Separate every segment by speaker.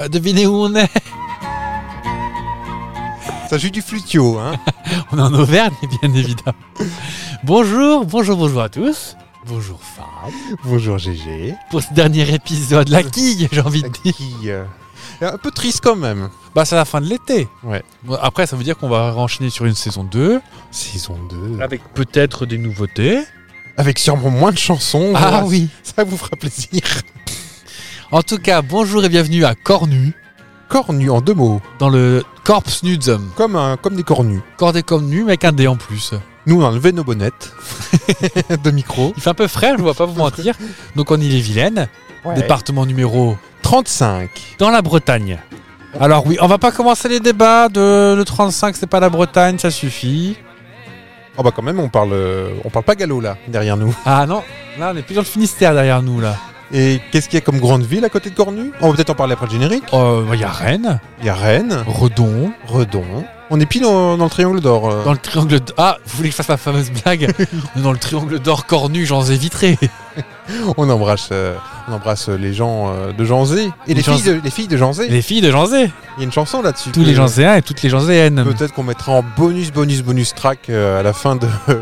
Speaker 1: Euh, Devinez où on est
Speaker 2: Ça joue du flutio, hein
Speaker 1: On est en Auvergne, bien évidemment. bonjour, bonjour, bonjour à tous. Bonjour Fab.
Speaker 2: Bonjour GG.
Speaker 1: Pour ce dernier épisode, la quille, j'ai envie de dire.
Speaker 2: Qui, euh, est Un peu triste quand même.
Speaker 1: Bah, c'est la fin de l'été.
Speaker 2: Ouais.
Speaker 1: Bon, Après, ça veut dire qu'on va enchaîner sur une saison 2.
Speaker 2: Saison 2.
Speaker 1: Avec peut-être des nouveautés.
Speaker 2: Avec sûrement moins de chansons.
Speaker 1: Ah
Speaker 2: voilà,
Speaker 1: oui.
Speaker 2: Ça vous fera plaisir.
Speaker 1: En tout cas, bonjour et bienvenue à Cornu,
Speaker 2: Cornu en deux mots.
Speaker 1: dans le Corpse Nudum.
Speaker 2: Comme, un, comme des cornus.
Speaker 1: Corps et comme nu, mec un dé en plus.
Speaker 2: Nous, on a enlevé nos bonnettes de micro.
Speaker 1: Il fait un peu frais, je ne vais pas vous mentir. Donc on y est vilaine. Département numéro
Speaker 2: 35.
Speaker 1: dans la Bretagne. Alors oui, on va pas commencer les débats de le 35, c'est pas la Bretagne, ça suffit.
Speaker 2: Oh bah quand même, on parle, euh, on parle pas gallo là, derrière nous.
Speaker 1: Ah non, là on est plus dans le Finistère derrière nous là.
Speaker 2: Et qu'est-ce qu'il y a comme grande ville à côté de Cornu On va peut-être en parler après le générique.
Speaker 1: Euh, Il y a Rennes,
Speaker 2: Il y a Rennes,
Speaker 1: Redon,
Speaker 2: Redon. On est pile dans, dans le triangle d'or. euh.
Speaker 1: dans le triangle. d- Ah, vous voulez que je fasse ma fameuse blague On est dans le triangle d'or cornu, j'en ai vitré.
Speaker 2: On embrasse, euh, on embrasse les gens euh, de Janzé et les,
Speaker 1: Les gens-
Speaker 2: filles de, les filles de Janzé.
Speaker 1: Les filles de Janzé,
Speaker 2: Il y a une chanson là-dessus.
Speaker 1: tous
Speaker 2: que-
Speaker 1: les Janzéens et toutes les Janzéennes.
Speaker 2: Peut-être qu'on mettra en bonus, bonus, bonus track euh, à la fin de,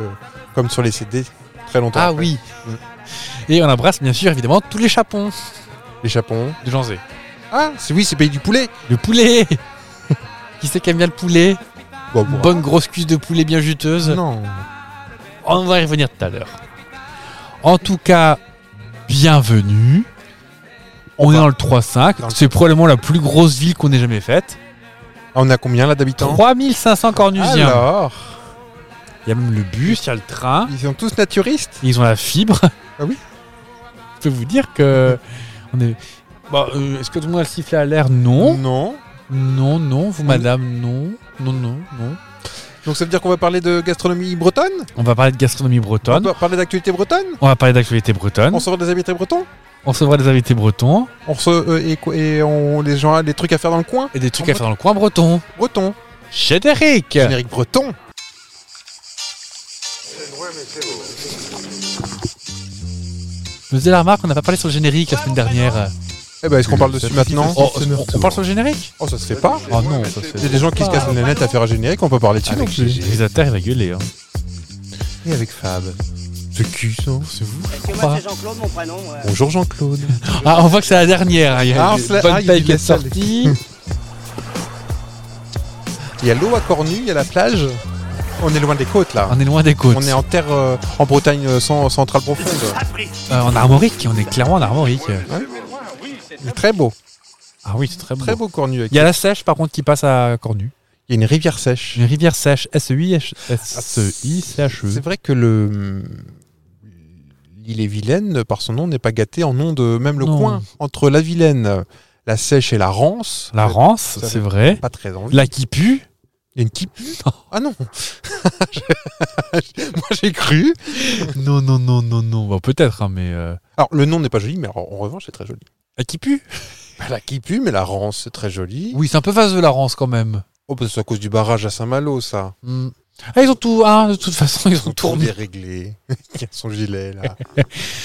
Speaker 2: comme sur les CD, très longtemps.
Speaker 1: Ah
Speaker 2: après.
Speaker 1: oui. Et on embrasse bien sûr évidemment tous les chapons
Speaker 2: Les Chapons.
Speaker 1: de Janzé.
Speaker 2: Ah, c'est oui, c'est pays du poulet.
Speaker 1: Le poulet Qui c'est qui aime bien le poulet
Speaker 2: Bon,
Speaker 1: Une
Speaker 2: bon,
Speaker 1: bonne grosse cuisse de poulet bien juteuse.
Speaker 2: Non.
Speaker 1: On va y revenir tout à l'heure. En tout cas, bienvenue. On est
Speaker 2: va-
Speaker 1: dans le 3-5.
Speaker 2: dans le-
Speaker 1: C'est probablement la plus grosse ville qu'on ait jamais faite.
Speaker 2: Ah, On a combien là d'habitants
Speaker 1: 3500 cornusiens.
Speaker 2: Alors,
Speaker 1: il y a même le bus, il y a le train.
Speaker 2: ils sont tous naturistes.
Speaker 1: Ils ont la fibre.
Speaker 2: Ah oui
Speaker 1: Je peux vous dire que. on est... Bon, euh, Est-ce que tout le monde a le sifflet à l'air Non.
Speaker 2: non.
Speaker 1: Non, non. Vous, madame, non. Non, non, non.
Speaker 2: Donc ça veut dire qu'on va parler de gastronomie bretonne
Speaker 1: On va parler de gastronomie
Speaker 2: On
Speaker 1: bretonne.
Speaker 2: va parler d'actualité bretonne
Speaker 1: On va parler d'actualité bretonne.
Speaker 2: On se voit des habitants bretons
Speaker 1: On se voit des invités bretons.
Speaker 2: On se euh, et, quoi- et on les gens les trucs à faire dans le coin
Speaker 1: Et des trucs
Speaker 2: En
Speaker 1: à faire dans le coin breton.
Speaker 2: breton.
Speaker 1: Chez Derek
Speaker 2: Générique breton.
Speaker 1: Je me faisais la remarque, on n'a pas parlé sur le générique la semaine dernière.
Speaker 2: Eh ben, est-ce qu'on parle dessus maintenant
Speaker 1: Oh, on, on parle sur le générique
Speaker 2: Oh, ça se fait pas.
Speaker 1: Ah non, ça
Speaker 2: Il y a des gens qui se cassent les lunettes à faire un générique, on peut parler dessus. non
Speaker 1: Avec
Speaker 2: plus.
Speaker 1: le réalisateur, il va gueuler. Hein.
Speaker 2: Et avec Fab. Ce cul, ça, c'est vous.
Speaker 3: Parce que
Speaker 1: Pourquoi
Speaker 3: moi, c'est Jean-Claude, mon prénom. ouais.
Speaker 2: Bonjour Jean-Claude.
Speaker 1: Ah, on voit que c'est la dernière. hein, Il y a
Speaker 2: Ah,
Speaker 1: une
Speaker 2: c'est la-
Speaker 1: bonne
Speaker 2: ah, il y a
Speaker 1: taille
Speaker 2: du
Speaker 1: qui est
Speaker 2: glaçal.
Speaker 1: sortie.
Speaker 2: Il y a l'eau à Cornu, il y a la plage. On est loin des côtes là.
Speaker 1: on est loin des côtes.
Speaker 2: On est en terre, euh, en Bretagne euh, sans- centrale profonde.
Speaker 1: Euh, en armorique, on est clairement en armorique.
Speaker 2: Très beau,
Speaker 1: Ah oui, c'est très beau.
Speaker 2: très beau Cornu. avec-
Speaker 1: Il y a la sèche par contre qui passe à Cornu.
Speaker 2: Il y a une rivière sèche.
Speaker 1: Une rivière sèche, E S-E-I-C-H-E.
Speaker 2: Ah, C'est vrai que le l'île est vilaine, par son nom, n'est pas gâté en nom de même le
Speaker 1: Non.
Speaker 2: coin. Entre la vilaine, la sèche et la rance.
Speaker 1: La Rance,
Speaker 2: Ça
Speaker 1: c'est vrai.
Speaker 2: Pas très envie.
Speaker 1: La qui pue.
Speaker 2: Il y a une qui pue Ah non Moi j'ai cru.
Speaker 1: Non, non, non, non, non. Bah, Peut-être, hein, mais. euh,
Speaker 2: Alors le nom n'est pas joli, mais en, en revanche c'est très joli.
Speaker 1: La qui pue
Speaker 2: Bah, La qui pue, mais la rance c'est très joli.
Speaker 1: Oui, c'est un peu vaseux la Rance quand même.
Speaker 2: Oh, parce que c'est à cause du barrage à Saint-Malo ça.
Speaker 1: Hmm. Ah, ils ont tout. hein, de toute façon, ils ont tout
Speaker 2: Tour
Speaker 1: remis.
Speaker 2: déréglé. Il y a son gilet là.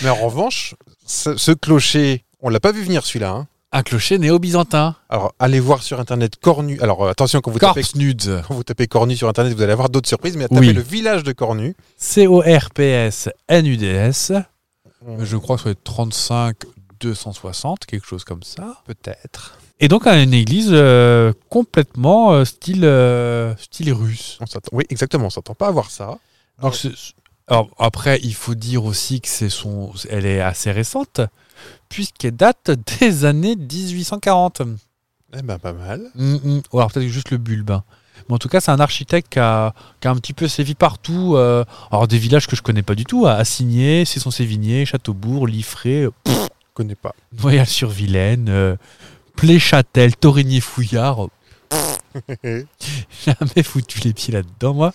Speaker 2: mais en revanche, ce, ce clocher, on l'a pas vu venir celui-là. hein.
Speaker 1: Un clocher néo-byzantin.
Speaker 2: Alors allez voir sur internet Cornu. Alors euh, attention quand vous tapez.
Speaker 1: Corpse Nudes.
Speaker 2: Quand vous tapez Cornu sur internet, vous allez avoir d'autres surprises, mais tapez
Speaker 1: Oui.
Speaker 2: le village de Cornu.
Speaker 1: C-O-R-P-S-N-U-D-S.
Speaker 2: On-
Speaker 1: Je crois que ça doit être 35 260, quelque chose comme ça.
Speaker 2: Peut-être.
Speaker 1: Et donc, une église euh, complètement euh, style, euh, style russe.
Speaker 2: On s'attend- Oui, exactement, on s'attend pas à voir ça.
Speaker 1: Donc, c'est- alors, après, il faut dire aussi que c'est son, elle est assez récente, puisqu'elle date des années 1840.
Speaker 2: Eh ben pas mal.
Speaker 1: Mm, mm. Ou alors peut-être juste le bulbe. hein. Mais en tout cas, c'est un architecte qui a, qui a un petit peu sévi partout. euh, alors des villages que je connais pas du tout, à Assigné, Cesson-Sévigné, Châteaubourg, Liffré, euh,
Speaker 2: Je connais pas.
Speaker 1: Noyal-sur-Vilaine, euh, Pléchâtel, Torigny-Fouillard. euh, Jamais foutu les pieds là-dedans, moi.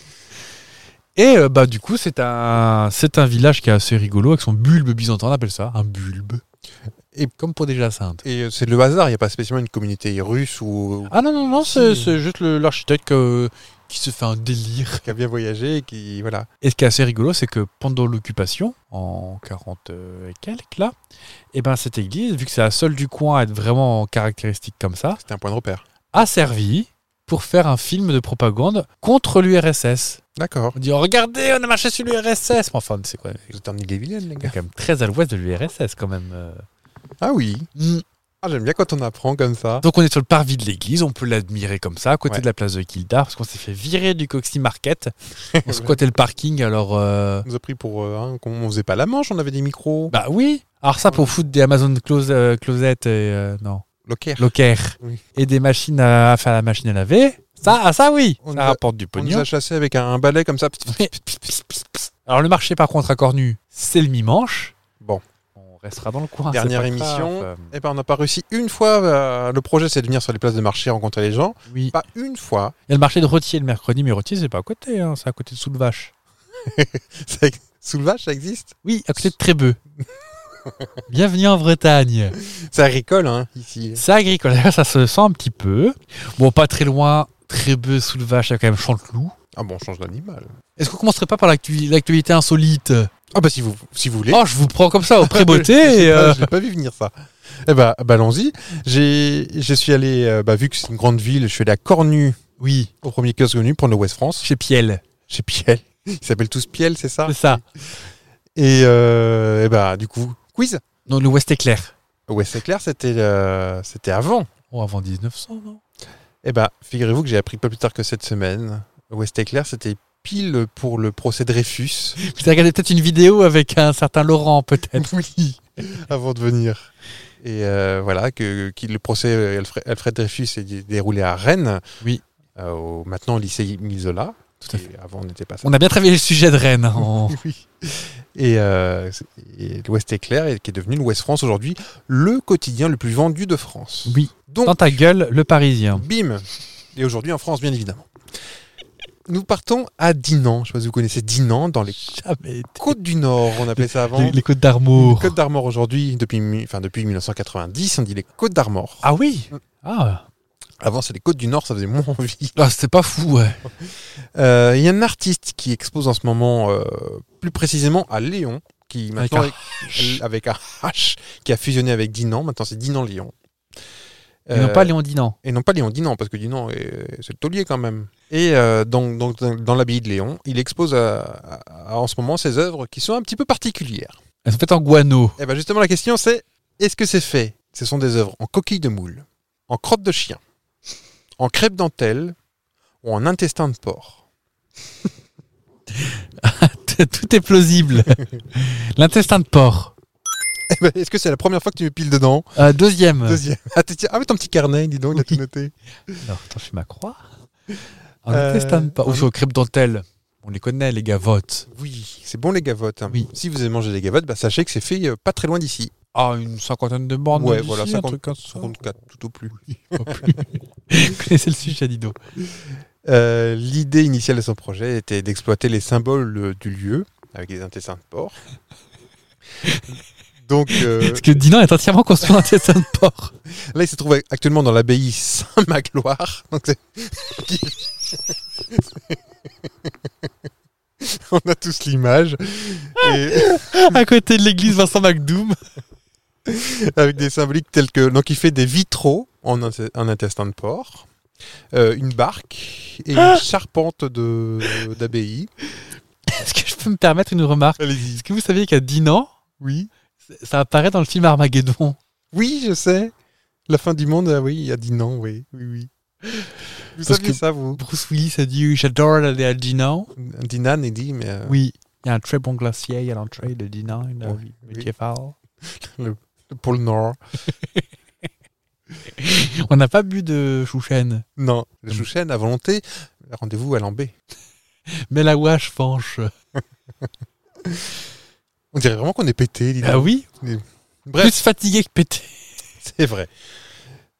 Speaker 1: Et euh, bah, du coup, c'est un, c'est un village qui est assez rigolo, avec son bulbe byzantin, on appelle ça un bulbe. Et comme pour des jacinthes.
Speaker 2: Et euh, c'est le hasard, il n'y a pas spécialement une communauté russe ou.
Speaker 1: Ah non, non, non, c'est, c'est juste le- l'architecte euh, qui se fait un délire.
Speaker 2: qui a bien voyagé, et qui voilà.
Speaker 1: Et ce qui est assez rigolo, c'est que pendant l'occupation, en 40 et quelques, là, et ben cette église, vu que c'est la seule du coin à être vraiment caractéristique comme ça,
Speaker 2: C'était un point de repère.
Speaker 1: a servi pour faire un film de propagande contre l'URSS.
Speaker 2: D'accord.
Speaker 1: On dit, oh, regardez, on a marché sur l'URSS. Mais enfin, c'est quoi
Speaker 2: Vous êtes en Ille-et-Vilaine, les
Speaker 1: C'est
Speaker 2: gars.
Speaker 1: quand même très à l'ouest de l'URSS, quand même. euh.
Speaker 2: Ah oui. Ah, J'aime bien quand on apprend comme ça.
Speaker 1: Donc on est sur le parvis de l'église, on peut l'admirer comme ça, à côté
Speaker 2: Ouais.
Speaker 1: de la place de Kildare, parce qu'on s'est fait virer du Coxy Market. On squattait le parking, alors... euh,
Speaker 2: On nous a pris pour. euh, hein, qu'on- on faisait pas la manche, on avait des micros.
Speaker 1: Bah oui Alors ça, pour foutre des Amazon close, euh, Closet et... euh, non,
Speaker 2: Locker.
Speaker 1: Locker.
Speaker 2: Oui.
Speaker 1: Et des machines à, à faire la machine à laver. Ça, ah, ça oui
Speaker 2: On
Speaker 1: Ça
Speaker 2: nous a-
Speaker 1: rapporte du
Speaker 2: On nous
Speaker 1: pognon.
Speaker 2: a chassés avec un, un balai comme ça.
Speaker 1: Alors le marché, par contre, à Cornu, c'est le mi-manche.
Speaker 2: Bon.
Speaker 1: On restera dans le coin.
Speaker 2: Dernière
Speaker 1: c'est pas grave.
Speaker 2: émission.
Speaker 1: Euh,
Speaker 2: Eh ben, on n'a pas réussi une fois. euh, le projet, c'est de venir sur les places de marché, rencontrer les gens.
Speaker 1: Oui.
Speaker 2: Pas une fois.
Speaker 1: Il y a le marché de Rôtier le mercredi, mais Rôtier, c'est pas à côté, hein, c'est à côté de Soulevache.
Speaker 2: Ça ex- Sous le vache, ça existe
Speaker 1: Oui, à côté de Trébeu. Bienvenue en Bretagne.
Speaker 2: Ça agricole, hein, ici.
Speaker 1: C'est agricole, d'ailleurs, ça se sent un petit peu. Bon, pas très loin, Trébeu, Soulevache, il y a quand même Chanteloup.
Speaker 2: Ah bon, on change d'animal.
Speaker 1: Est-ce qu'on commencerait pas par l'actu- l'actualité insolite
Speaker 2: Ah bah, si vous, si vous voulez.
Speaker 1: Oh, je vous prends comme ça au
Speaker 2: Je
Speaker 1: pré-beauté.
Speaker 2: sais
Speaker 1: et,
Speaker 2: pas,
Speaker 1: euh,
Speaker 2: Je l'ai pas vu venir ça. Eh ben, bah, allons-y. J'ai, je suis allé, euh, bah, vu que c'est une grande ville, je suis allé à Cornu,
Speaker 1: Oui,
Speaker 2: au premier kiosque connu pour le West France,
Speaker 1: chez Piel,
Speaker 2: chez Piel. Ils s'appellent tous Piel, c'est ça
Speaker 1: c'est ça.
Speaker 2: Et, euh, eh ben, du coup, quiz.
Speaker 1: Non, le West Éclair.
Speaker 2: Ouais, c'est clair, c'était, euh, c'était avant.
Speaker 1: Oh, avant 1900, non
Speaker 2: Eh ben, figurez-vous que j'ai appris pas plus tard que cette semaine. West Clair, c'était pile pour le procès Dreyfus.
Speaker 1: Vous avez regardé peut-être une vidéo avec un certain Laurent, peut-être Oui.
Speaker 2: avant de venir. Et euh, voilà, que, qu'il- le procès euh, Alfred, Alfred Dreyfus s'est dé- déroulé à Rennes.
Speaker 1: Oui.
Speaker 2: Euh, au- maintenant au lycée Émile Zola.
Speaker 1: Tout à
Speaker 2: Et Avant, on n'était pas ça.
Speaker 1: On a bien travaillé le sujet de Rennes. hein, on-
Speaker 2: Oui. Et, euh, c'est- et l'Ouest éclair, et qui est devenu l'Ouest France aujourd'hui, le quotidien le plus vendu de France.
Speaker 1: Oui.
Speaker 2: Donc,
Speaker 1: Dans ta gueule, le Parisien.
Speaker 2: bim Et aujourd'hui en France, bien évidemment. Nous partons à Dinan. Je sais pas si vous connaissez Dinan, dans les
Speaker 1: Jamais été.
Speaker 2: côtes du Nord, on appelait ça avant.
Speaker 1: Les, les Côtes
Speaker 2: Les
Speaker 1: d'Armor.
Speaker 2: Côtes d'Armor aujourd'hui, depuis, mi- enfin, depuis 1990, on dit les Côtes d'Armor.
Speaker 1: Ah oui
Speaker 2: Euh.
Speaker 1: Ah,
Speaker 2: Avant, c'est les Côtes du Nord, ça faisait moins envie.
Speaker 1: Ah, c'était pas fou, ouais.
Speaker 2: Euh, Il y a un artiste qui expose en ce moment, euh, plus précisément à Léon, qui
Speaker 1: Avec
Speaker 2: maintenant
Speaker 1: un
Speaker 2: est- avec un H, qui a fusionné avec Dinan. Maintenant, c'est Dinan-Léon. Euh,
Speaker 1: Ils n'ont pas Léondinan.
Speaker 2: Et non pas Léon Dinan, parce que Dinan, est- c'est le taulier quand même. Et euh, donc, donc, dans, dans l'abbaye de Léon, il expose à- à- à- en ce moment ses œuvres qui sont un petit peu particulières.
Speaker 1: Elles sont faites en guano.
Speaker 2: Et bien justement, la question c'est est-ce que c'est fait Ce sont des œuvres en coquille de moule, en crotte de chien, en crêpe dentelle ou en intestin de porc
Speaker 1: Tout est plausible. L'intestin de porc.
Speaker 2: Eh ben, Est-ce que c'est la première fois que tu me piles dedans
Speaker 1: Euh, deuxième.
Speaker 2: Deuxième. Ah, t'es- tiens, ah, mais ton petit carnet, dis donc, il a tout noté.
Speaker 1: Alors, attends, je suis ma croix. Un
Speaker 2: Euh,
Speaker 1: intestin de porc. Ou
Speaker 2: un-
Speaker 1: sur le crêpe dentelle. On les connaît, les gavottes.
Speaker 2: Oui, c'est bon les gavottes. hein.
Speaker 1: Oui.
Speaker 2: Si vous avez mangé des gavottes, bah, sachez que c'est fait euh, pas très loin d'ici.
Speaker 1: Ah, une cinquantaine de bornes.
Speaker 2: Ouais,
Speaker 1: d'ici,
Speaker 2: voilà,
Speaker 1: un
Speaker 2: 50,
Speaker 1: truc comme ça.
Speaker 2: 34 tout au plus.
Speaker 1: Pas plus. Vous connaissez le sujet, Dido.
Speaker 2: Euh, l'idée initiale de son projet était d'exploiter les symboles euh, du lieu avec des intestins de porc. Donc euh,
Speaker 1: Parce que Dinan est entièrement construit en intestin de porc.
Speaker 2: là, il se trouve actuellement dans l'abbaye Saint-Magloire. Donc, c'est- On a tous l'image. Et
Speaker 1: à côté de l'église Vincent McDoom.
Speaker 2: avec des symboliques telles que. Donc, il fait des vitraux en inte- en intestin de porc, euh, une barque et une charpente de- d'abbaye.
Speaker 1: Est-ce que je peux me permettre une remarque
Speaker 2: Allez-y.
Speaker 1: Est-ce que vous saviez qu'à Dinan,
Speaker 2: Oui.
Speaker 1: ça apparaît dans le film Armageddon
Speaker 2: Oui, je sais. La fin du monde, ah oui, il a dit non, oui, oui, oui. Vous
Speaker 1: Parce
Speaker 2: saviez
Speaker 1: que-
Speaker 2: ça, vous
Speaker 1: Bruce Willis a dit J'adore aller à Dinan.
Speaker 2: Dinan est dit, mais euh,
Speaker 1: Oui, il y a un très bon glacier à l'entrée de Dinan, une
Speaker 2: Ouais,
Speaker 1: ville médiévale.
Speaker 2: pour le Nord.
Speaker 1: On n'a pas bu de chouchen,
Speaker 2: Non, le
Speaker 1: Mm.
Speaker 2: Chouchen à volonté. Rendez-vous à Lambé.
Speaker 1: mais la ouache penche.
Speaker 2: On dirait vraiment qu'on est pété, Dinan.
Speaker 1: Ah oui
Speaker 2: Bref,
Speaker 1: Plus fatigué que pété.
Speaker 2: c'est vrai.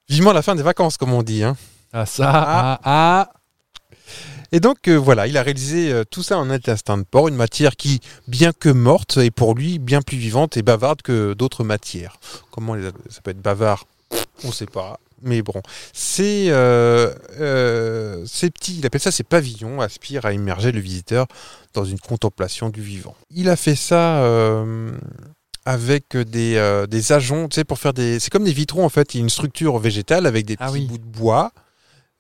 Speaker 2: Vivement la fin des vacances, comme on dit. hein.
Speaker 1: Ah ça, ah, ah.
Speaker 2: Et donc, euh, voilà, il a réalisé euh, tout ça en intestin de porc, une matière qui, bien que morte, est pour lui bien plus vivante et bavarde que d'autres matières. Comment les- ça peut être bavard On ne sait pas. mais bon. C'est euh, euh, c'est petit, il appelle ça ses pavillons, aspire à immerger le visiteur dans une contemplation du vivant. Il a fait ça euh, avec des, euh, des ajoncs, tu sais, pour faire des. C'est comme des vitraux en fait, il y a une structure végétale avec des petits
Speaker 1: Ah oui.
Speaker 2: bouts de bois.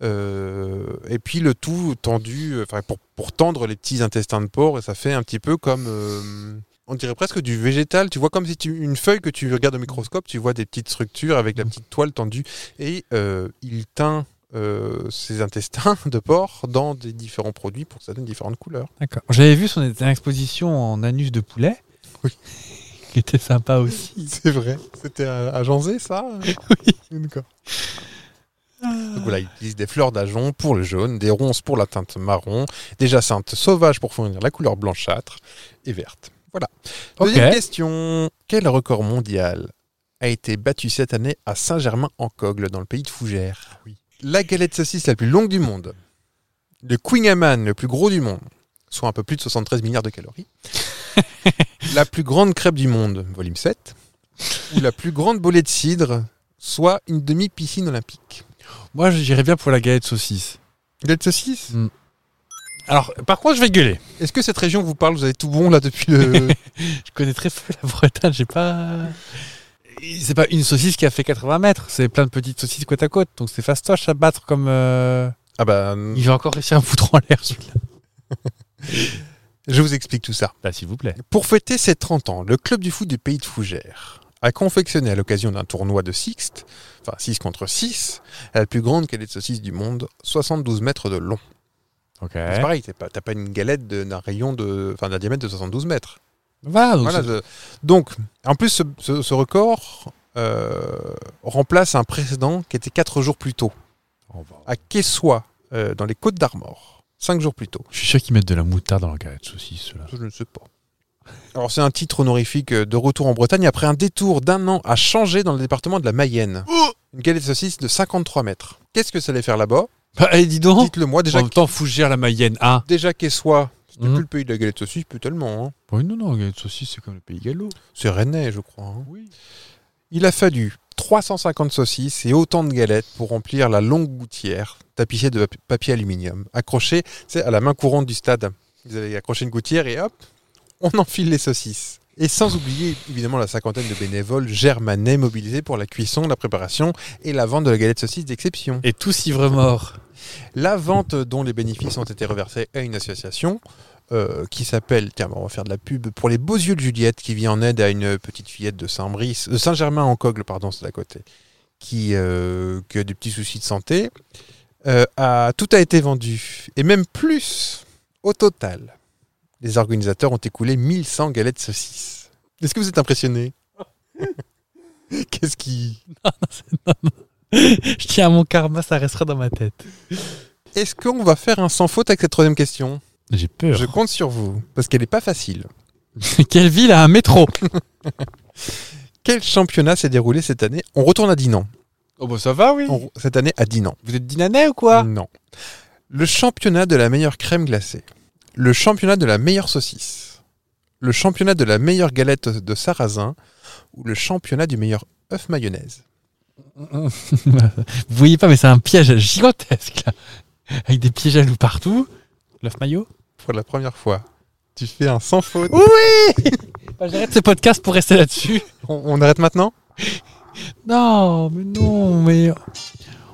Speaker 2: euh, et puis le tout tendu, enfin pour, pour tendre les petits intestins de porc, et ça fait un petit peu comme, euh, on dirait presque du végétal. Tu vois comme si tu, une feuille que tu regardes au microscope, tu vois des petites structures avec la petite toile tendue. Et euh, il teint euh, ses intestins de porc dans des différents produits pour que ça donne différentes couleurs.
Speaker 1: D'accord. J'avais vu son exposition en anus de poulet.
Speaker 2: Oui.
Speaker 1: Qui était sympa aussi.
Speaker 2: C'est vrai. C'était à, à Janzé, ça Oui. D'accord. Donc voilà, il utilise des fleurs d'ajonc pour le jaune, des ronces pour la teinte marron, des jacinthes sauvages pour fournir la couleur blanchâtre et verte. Voilà. Deuxième
Speaker 1: Ok.
Speaker 2: question. Quel record mondial a été battu cette année à Saint-Germain-en-Cogle, dans le pays de Fougères La galette saucisse la plus longue du monde. Le Queen Amman, le plus gros du monde, soit un peu plus de 73 milliards de calories. la plus grande crêpe du monde, volume 7. Ou la plus grande bolée de cidre, soit une demi-piscine olympique.
Speaker 1: Moi, j'irais bien pour la galette saucisse.
Speaker 2: Galette saucisse
Speaker 1: Alors, par contre, je vais gueuler.
Speaker 2: Est-ce que cette région vous parle Vous avez tout bon là depuis le.
Speaker 1: Je connais très peu la Bretagne, j'ai pas. C'est pas une saucisse qui a fait 80 mètres, c'est plein de petites saucisses côte à côte, donc c'est fastoche à battre comme. euh,
Speaker 2: ah bah,
Speaker 1: Il va encore réussir à foutre en l'air celui-là.
Speaker 2: je vous explique tout ça.
Speaker 1: Bah, s'il vous plaît.
Speaker 2: Pour fêter ses 30 ans, le club du foot du pays de Fougères a confectionné à l'occasion d'un tournoi de Sixte, enfin 6 contre 6, la plus grande galette de saucisse du monde, 72 mètres de long.
Speaker 1: Ok.
Speaker 2: C'est pareil, t'es pas- t'as pas une galette de- d'un rayon de, enfin d'un diamètre de 72 mètres.
Speaker 1: Voilà, donc
Speaker 2: Voilà,
Speaker 1: c'est-
Speaker 2: de- donc, en plus, ce, ce- ce record euh, remplace un précédent qui était 4 jours plus tôt,
Speaker 1: Oh, bah.
Speaker 2: à Quessoy, euh, dans les Côtes d'Armor, 5 jours plus tôt.
Speaker 1: Je suis sûr qu'ils mettent de la moutarde dans la galette saucisse, là.
Speaker 2: Je ne sais pas. Alors c'est un titre honorifique euh, de retour en Bretagne après un détour d'un an à changer dans le département de la Mayenne. Une galette de saucisse de 53 mètres. Qu'est-ce que ça allait faire là-bas
Speaker 1: Bah, eh, dis donc
Speaker 2: Dites-le moi déjà.
Speaker 1: En même temps, Fougère la Mayenne, hein
Speaker 2: Déjà qu'est soit, c'était
Speaker 1: Mhm.
Speaker 2: plus le pays de la galette de saucisse, plus tellement. hein.
Speaker 1: Bah, Non, non, la galette saucisse, c'est comme le pays gallo.
Speaker 2: C'est rennais, je crois. hein.
Speaker 1: Oui.
Speaker 2: Il a fallu 350 saucisses et autant de galettes pour remplir la longue gouttière tapissée de pap- papier aluminium, accrochée tu sais, à la main courante du stade. Vous avez accroché une gouttière et hop, on enfile les saucisses. Et sans oublier évidemment la cinquantaine de bénévoles germanais mobilisés pour la cuisson, la préparation et la vente de la galette saucisse d'exception.
Speaker 1: Et tous ivres morts.
Speaker 2: La vente dont les bénéfices ont été reversés à une association euh, qui s'appelle, tiens, bon, on va faire de la pub pour les beaux yeux de Juliette qui vient en aide à une petite fillette de Saint-Brice, de Saint-Germain en Cogle, pardon, c'est d'à côté, qui, euh, qui a des petits soucis de santé. Euh, a- tout a été vendu et même plus au total. Les organisateurs ont écoulé 1100 galettes saucisses. Est-ce que vous êtes impressionné Qu'est-ce qui
Speaker 1: je tiens à mon karma, ça restera dans ma tête.
Speaker 2: Est-ce qu'on va faire un sans faute avec cette troisième question
Speaker 1: J'ai peur.
Speaker 2: Je compte sur vous parce qu'elle n'est pas facile.
Speaker 1: Quelle ville a un métro
Speaker 2: Quel championnat s'est déroulé cette année On retourne à Dinan.
Speaker 1: Oh, bah, ça va, oui.
Speaker 2: On re- Cette année à Dinan.
Speaker 1: Vous êtes dinanais ou quoi
Speaker 2: Non. Le championnat de la meilleure crème glacée. Le championnat de la meilleure saucisse. Le championnat de la meilleure galette de sarrasin. Ou le championnat du meilleur œuf mayonnaise.
Speaker 1: Vous voyez pas, mais c'est un piège gigantesque, là. Avec des pièges à loup partout. L'œuf maillot
Speaker 2: Pour la première fois, tu fais un sans faute.
Speaker 1: J'arrête ce podcast pour rester là-dessus.
Speaker 2: On, on arrête maintenant
Speaker 1: Non, mais non, mais.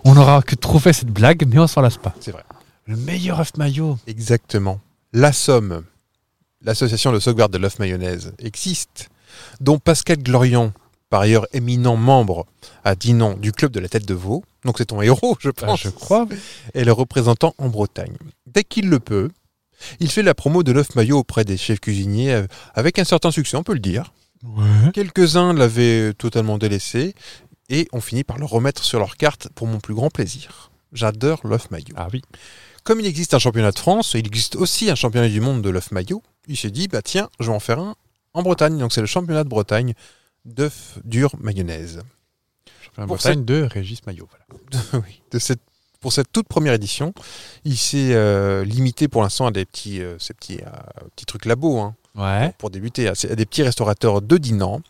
Speaker 1: On n'aura que trop fait cette blague, mais on s'en lasse pas.
Speaker 2: C'est vrai.
Speaker 1: Le meilleur œuf maillot.
Speaker 2: Exactement. La Somme, l'association de sauvegarde de l'œuf mayonnaise, existe, dont Pascal Glorian, par ailleurs éminent membre à Dinan du club de la tête de veau, donc c'est ton héros, je
Speaker 1: Ah,
Speaker 2: pense,
Speaker 1: je crois.
Speaker 2: est le représentant en Bretagne. Dès qu'il le peut, il fait la promo de l'œuf maillot auprès des chefs cuisiniers euh, avec un certain succès, on peut le dire.
Speaker 1: Ouais.
Speaker 2: Quelques-uns l'avaient totalement délaissé et ont fini par le remettre sur leur carte pour mon plus grand plaisir. J'adore l'œuf maillot.
Speaker 1: Ah oui.
Speaker 2: Comme il existe un championnat de France, et il existe aussi un championnat du monde de l'œuf maillot, il s'est dit, bah tiens, je vais en faire un en Bretagne. Donc c'est le championnat de Bretagne d'œufs durs mayonnaise. Pour
Speaker 1: Bretagne de Régis Maillot. Voilà.
Speaker 2: Oui. de cette, pour cette toute première édition, il s'est euh, limité pour l'instant à des petits, euh, ces petits, euh, petits trucs labos, hein,
Speaker 1: Ouais.
Speaker 2: pour débuter, hein, à, ces- à des petits restaurateurs de Dinan.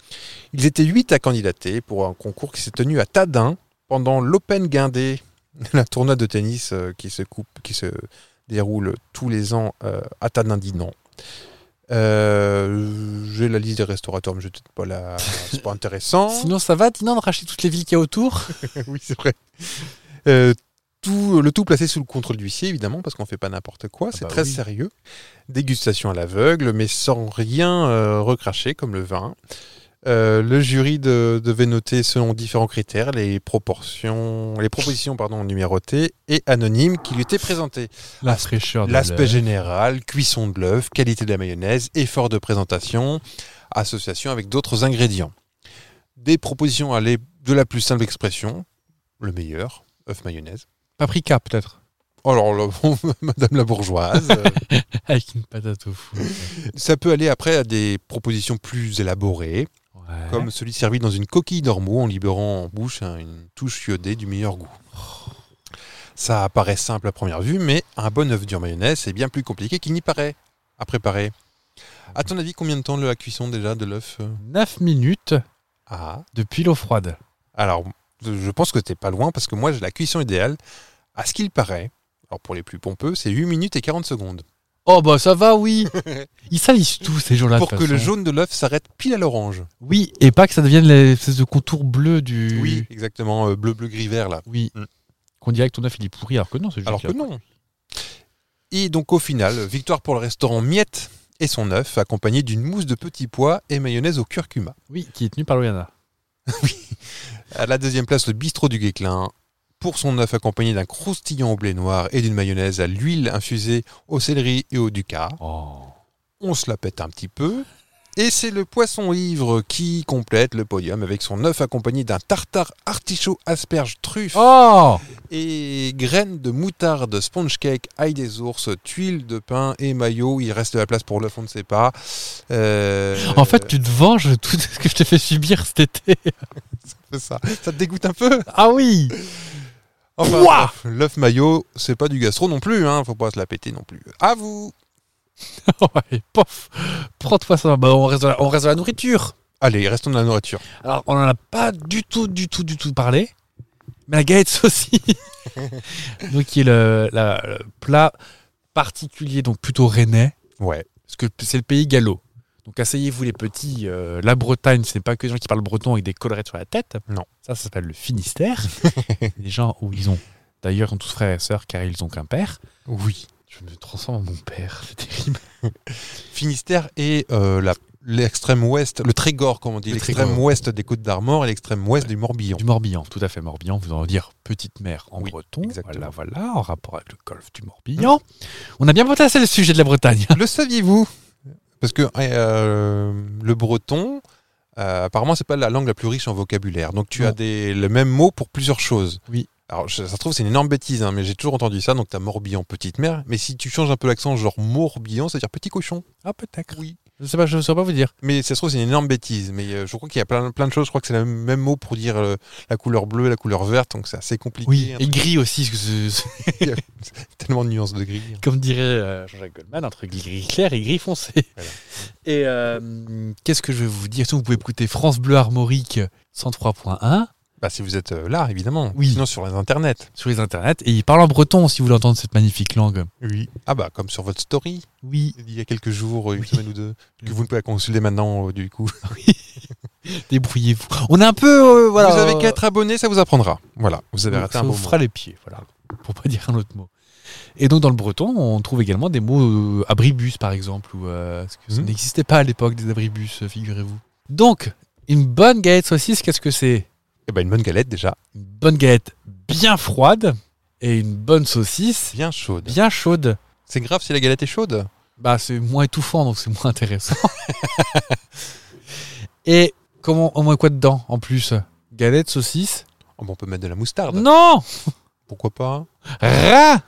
Speaker 2: Ils étaient huit à candidater pour un concours qui s'est tenu à Tadin, pendant l'Open Guindé, la tournade de tennis euh, qui se coupe, qui se déroule tous les ans euh, à Tanindinan. Euh, J'ai la liste des restaurateurs, mais je vais peut-être pas la. C'est pas intéressant.
Speaker 1: Oh. Sinon, ça va, Dinan, de racheter toutes les villes qu'il y a autour
Speaker 2: oui, c'est vrai. Euh, tout, le tout placé sous le contrôle d'huissier, évidemment, parce qu'on fait pas n'importe quoi. c'est
Speaker 1: bah
Speaker 2: très
Speaker 1: oui.
Speaker 2: sérieux. Dégustation à l'aveugle, mais sans rien euh, recracher, comme le vin. Euh, le jury de- devait noter selon différents critères les proportions, les propositions pardon numérotées et anonymes qui lui étaient présentées.
Speaker 1: La fraîcheur de
Speaker 2: L'aspect
Speaker 1: l'œuf.
Speaker 2: général, cuisson de l'œuf, qualité de la mayonnaise, effort de présentation, association avec d'autres ingrédients. Des propositions allaient de la plus simple expression, le meilleur, œuf mayonnaise. Oh,
Speaker 1: Paprika, peut-être.
Speaker 2: Alors, là, bon, Madame la bourgeoise, euh,
Speaker 1: Avec une patate au four.
Speaker 2: ça peut aller après à des propositions plus élaborées,
Speaker 1: Ouais.
Speaker 2: comme celui servi dans une coquille d'ormeau en libérant en bouche hein, une touche iodée du meilleur goût. Ça apparaît simple à première vue, mais un bon œuf dur mayonnaise, c'est bien plus compliqué qu'il n'y paraît à préparer. À ton avis, combien de temps la cuisson déjà de l'œuf euh
Speaker 1: 9 minutes
Speaker 2: Ah,
Speaker 1: depuis l'eau froide.
Speaker 2: alors je pense que t'es pas loin parce que moi j'ai la cuisson idéale. À ce qu'il paraît, alors pour les plus pompeux, c'est 8 minutes et 40 secondes.
Speaker 1: Oh bah ça va, oui Ils salissent tout ces jours-là. Ah, de
Speaker 2: pour
Speaker 1: toute
Speaker 2: que le
Speaker 1: façon.
Speaker 2: jaune de l'œuf s'arrête pile à l'orange.
Speaker 1: Oui, et pas que ça devienne l'espèce de contour bleu du...
Speaker 2: Oui, exactement, euh, bleu, bleu, gris, vert là.
Speaker 1: Oui.
Speaker 2: Mm.
Speaker 1: Qu'on dirait que ton œuf il est pourri, alors que non, c'est juste
Speaker 2: Alors
Speaker 1: qu'il
Speaker 2: que
Speaker 1: y a-
Speaker 2: non. Et donc au final, victoire pour le restaurant Miette et son œuf, accompagné d'une mousse de petits pois et mayonnaise au curcuma.
Speaker 1: Oui, qui est tenu par Loyana.
Speaker 2: À la deuxième place, le bistrot du Guéclin, pour son œuf accompagné d'un croustillant au blé noir et d'une mayonnaise à l'huile infusée au céleri et au ducat.
Speaker 1: Oh.
Speaker 2: On se la pète un petit peu. Et c'est le poisson ivre qui complète le podium avec son œuf accompagné d'un tartare artichaut asperge truffe.
Speaker 1: Oh
Speaker 2: Et graines de moutarde, sponge cake, ail des ours, tuiles de pain et maillot. Il reste de la place pour le fond de ses pas. Euh,
Speaker 1: En fait, tu te venges de tout ce que je t'ai fait subir cet été.
Speaker 2: c'est ça. ça te dégoûte un peu
Speaker 1: Ah oui
Speaker 2: Enfin,
Speaker 1: Ouah
Speaker 2: bref, L'œuf maillot, c'est pas du gastro non plus. Hein. Faut pas se la péter non plus. À vous
Speaker 1: Et pof Prends-toi ça. Bah, on, reste dans la, on reste dans la nourriture.
Speaker 2: Allez, restons dans la nourriture.
Speaker 1: Alors, on n'en a pas du tout, du tout, du tout parlé. Mais la galette aussi. donc, qui est le, la- le plat particulier, donc plutôt rennais.
Speaker 2: Ouais.
Speaker 1: Parce que c'est le pays gallo. Donc, asseyez-vous les petits. euh, la Bretagne, ce n'est pas que des gens qui parlent breton avec des collerettes sur la tête.
Speaker 2: Non.
Speaker 1: Ça, ça s'appelle le Finistère. les gens où ils ont. D'ailleurs, ils sont tous frères et sœurs car ils ont qu'un père.
Speaker 2: Oui.
Speaker 1: Je me transforme en mon père. C'est terrible.
Speaker 2: Finistère et euh, la- l'extrême ouest, le Trégor, comme on dit,
Speaker 1: Le
Speaker 2: l'extrême
Speaker 1: Trégor.
Speaker 2: ouest des Côtes d'Armor et l'extrême ouest du Morbihan.
Speaker 1: Du Morbihan, tout à fait Morbihan, vous en dire petite mer en
Speaker 2: Oui,
Speaker 1: breton.
Speaker 2: exactement.
Speaker 1: Voilà, voilà, en rapport avec le golfe du Morbihan. On a bien potassé le sujet de la Bretagne.
Speaker 2: Le saviez-vous Parce que euh, le breton, euh, apparemment, c'est pas la langue la plus riche en vocabulaire. Donc tu
Speaker 1: Non.
Speaker 2: as des, le même mot pour plusieurs choses.
Speaker 1: Oui.
Speaker 2: Alors je- ça se trouve, c'est une énorme bêtise, hein, mais j'ai toujours entendu ça. Donc tu as Morbihan, petite mer. Mais si tu changes un peu l'accent, genre Morbihan, ça veut dire petit cochon.
Speaker 1: Ah, peut-être.
Speaker 2: Oui.
Speaker 1: Je ne sais pas, je saurais pas vous dire.
Speaker 2: Mais ça se trouve, c'est une énorme bêtise. Mais euh, je crois qu'il y a plein, plein de choses. Je crois que c'est le même mot pour dire euh, la couleur bleue et la couleur verte. Donc c'est assez compliqué.
Speaker 1: Oui,
Speaker 2: hein.
Speaker 1: et gris aussi, parce que c'est- c'est-
Speaker 2: Tellement de nuances de gris. hein.
Speaker 1: comme dirait euh, Jean-Jacques Goldman, entre gris, gris clair et gris foncé.
Speaker 2: Voilà.
Speaker 1: Et euh, qu'est-ce que je vais vous dire Surtout, Vous pouvez écouter France Bleu Armorique 103.1
Speaker 2: Bah, si vous êtes euh, là, évidemment.
Speaker 1: Oui.
Speaker 2: Sinon, sur les internets.
Speaker 1: sur les internets et il parle en breton si vous voulez entendre cette magnifique langue.
Speaker 2: Oui. Ah, bah, comme sur votre story.
Speaker 1: Oui,
Speaker 2: il y a quelques jours, une
Speaker 1: Oui.
Speaker 2: semaine ou deux, que vous ne pouvez pas consulter maintenant, euh, du coup.
Speaker 1: débrouillez-vous. On est un peu. euh, voilà,
Speaker 2: vous avez
Speaker 1: euh,
Speaker 2: qu'à être abonné, ça vous apprendra. Voilà, vous avez
Speaker 1: Donc,
Speaker 2: raté
Speaker 1: ça
Speaker 2: un
Speaker 1: vous
Speaker 2: bon
Speaker 1: fera les pieds, voilà, pour pas dire un autre mot. Et donc dans le breton, on trouve également des mots euh, abribus par exemple, ou euh, parce que ça
Speaker 2: Mhm.
Speaker 1: n'existait pas à l'époque des abribus, euh, figurez-vous. Donc une bonne galette saucisse, qu'est-ce que c'est
Speaker 2: Et ben une bonne galette déjà,
Speaker 1: Une bonne galette bien froide et une bonne saucisse
Speaker 2: bien chaude.
Speaker 1: bien chaude.
Speaker 2: C'est grave si la galette est chaude.
Speaker 1: Bah c'est moins étouffant donc c'est moins intéressant. et comment au moins quoi dedans en plus Galette saucisse
Speaker 2: Oh, bah, on peut mettre de la moutarde.
Speaker 1: Non
Speaker 2: Pourquoi pas
Speaker 1: Rat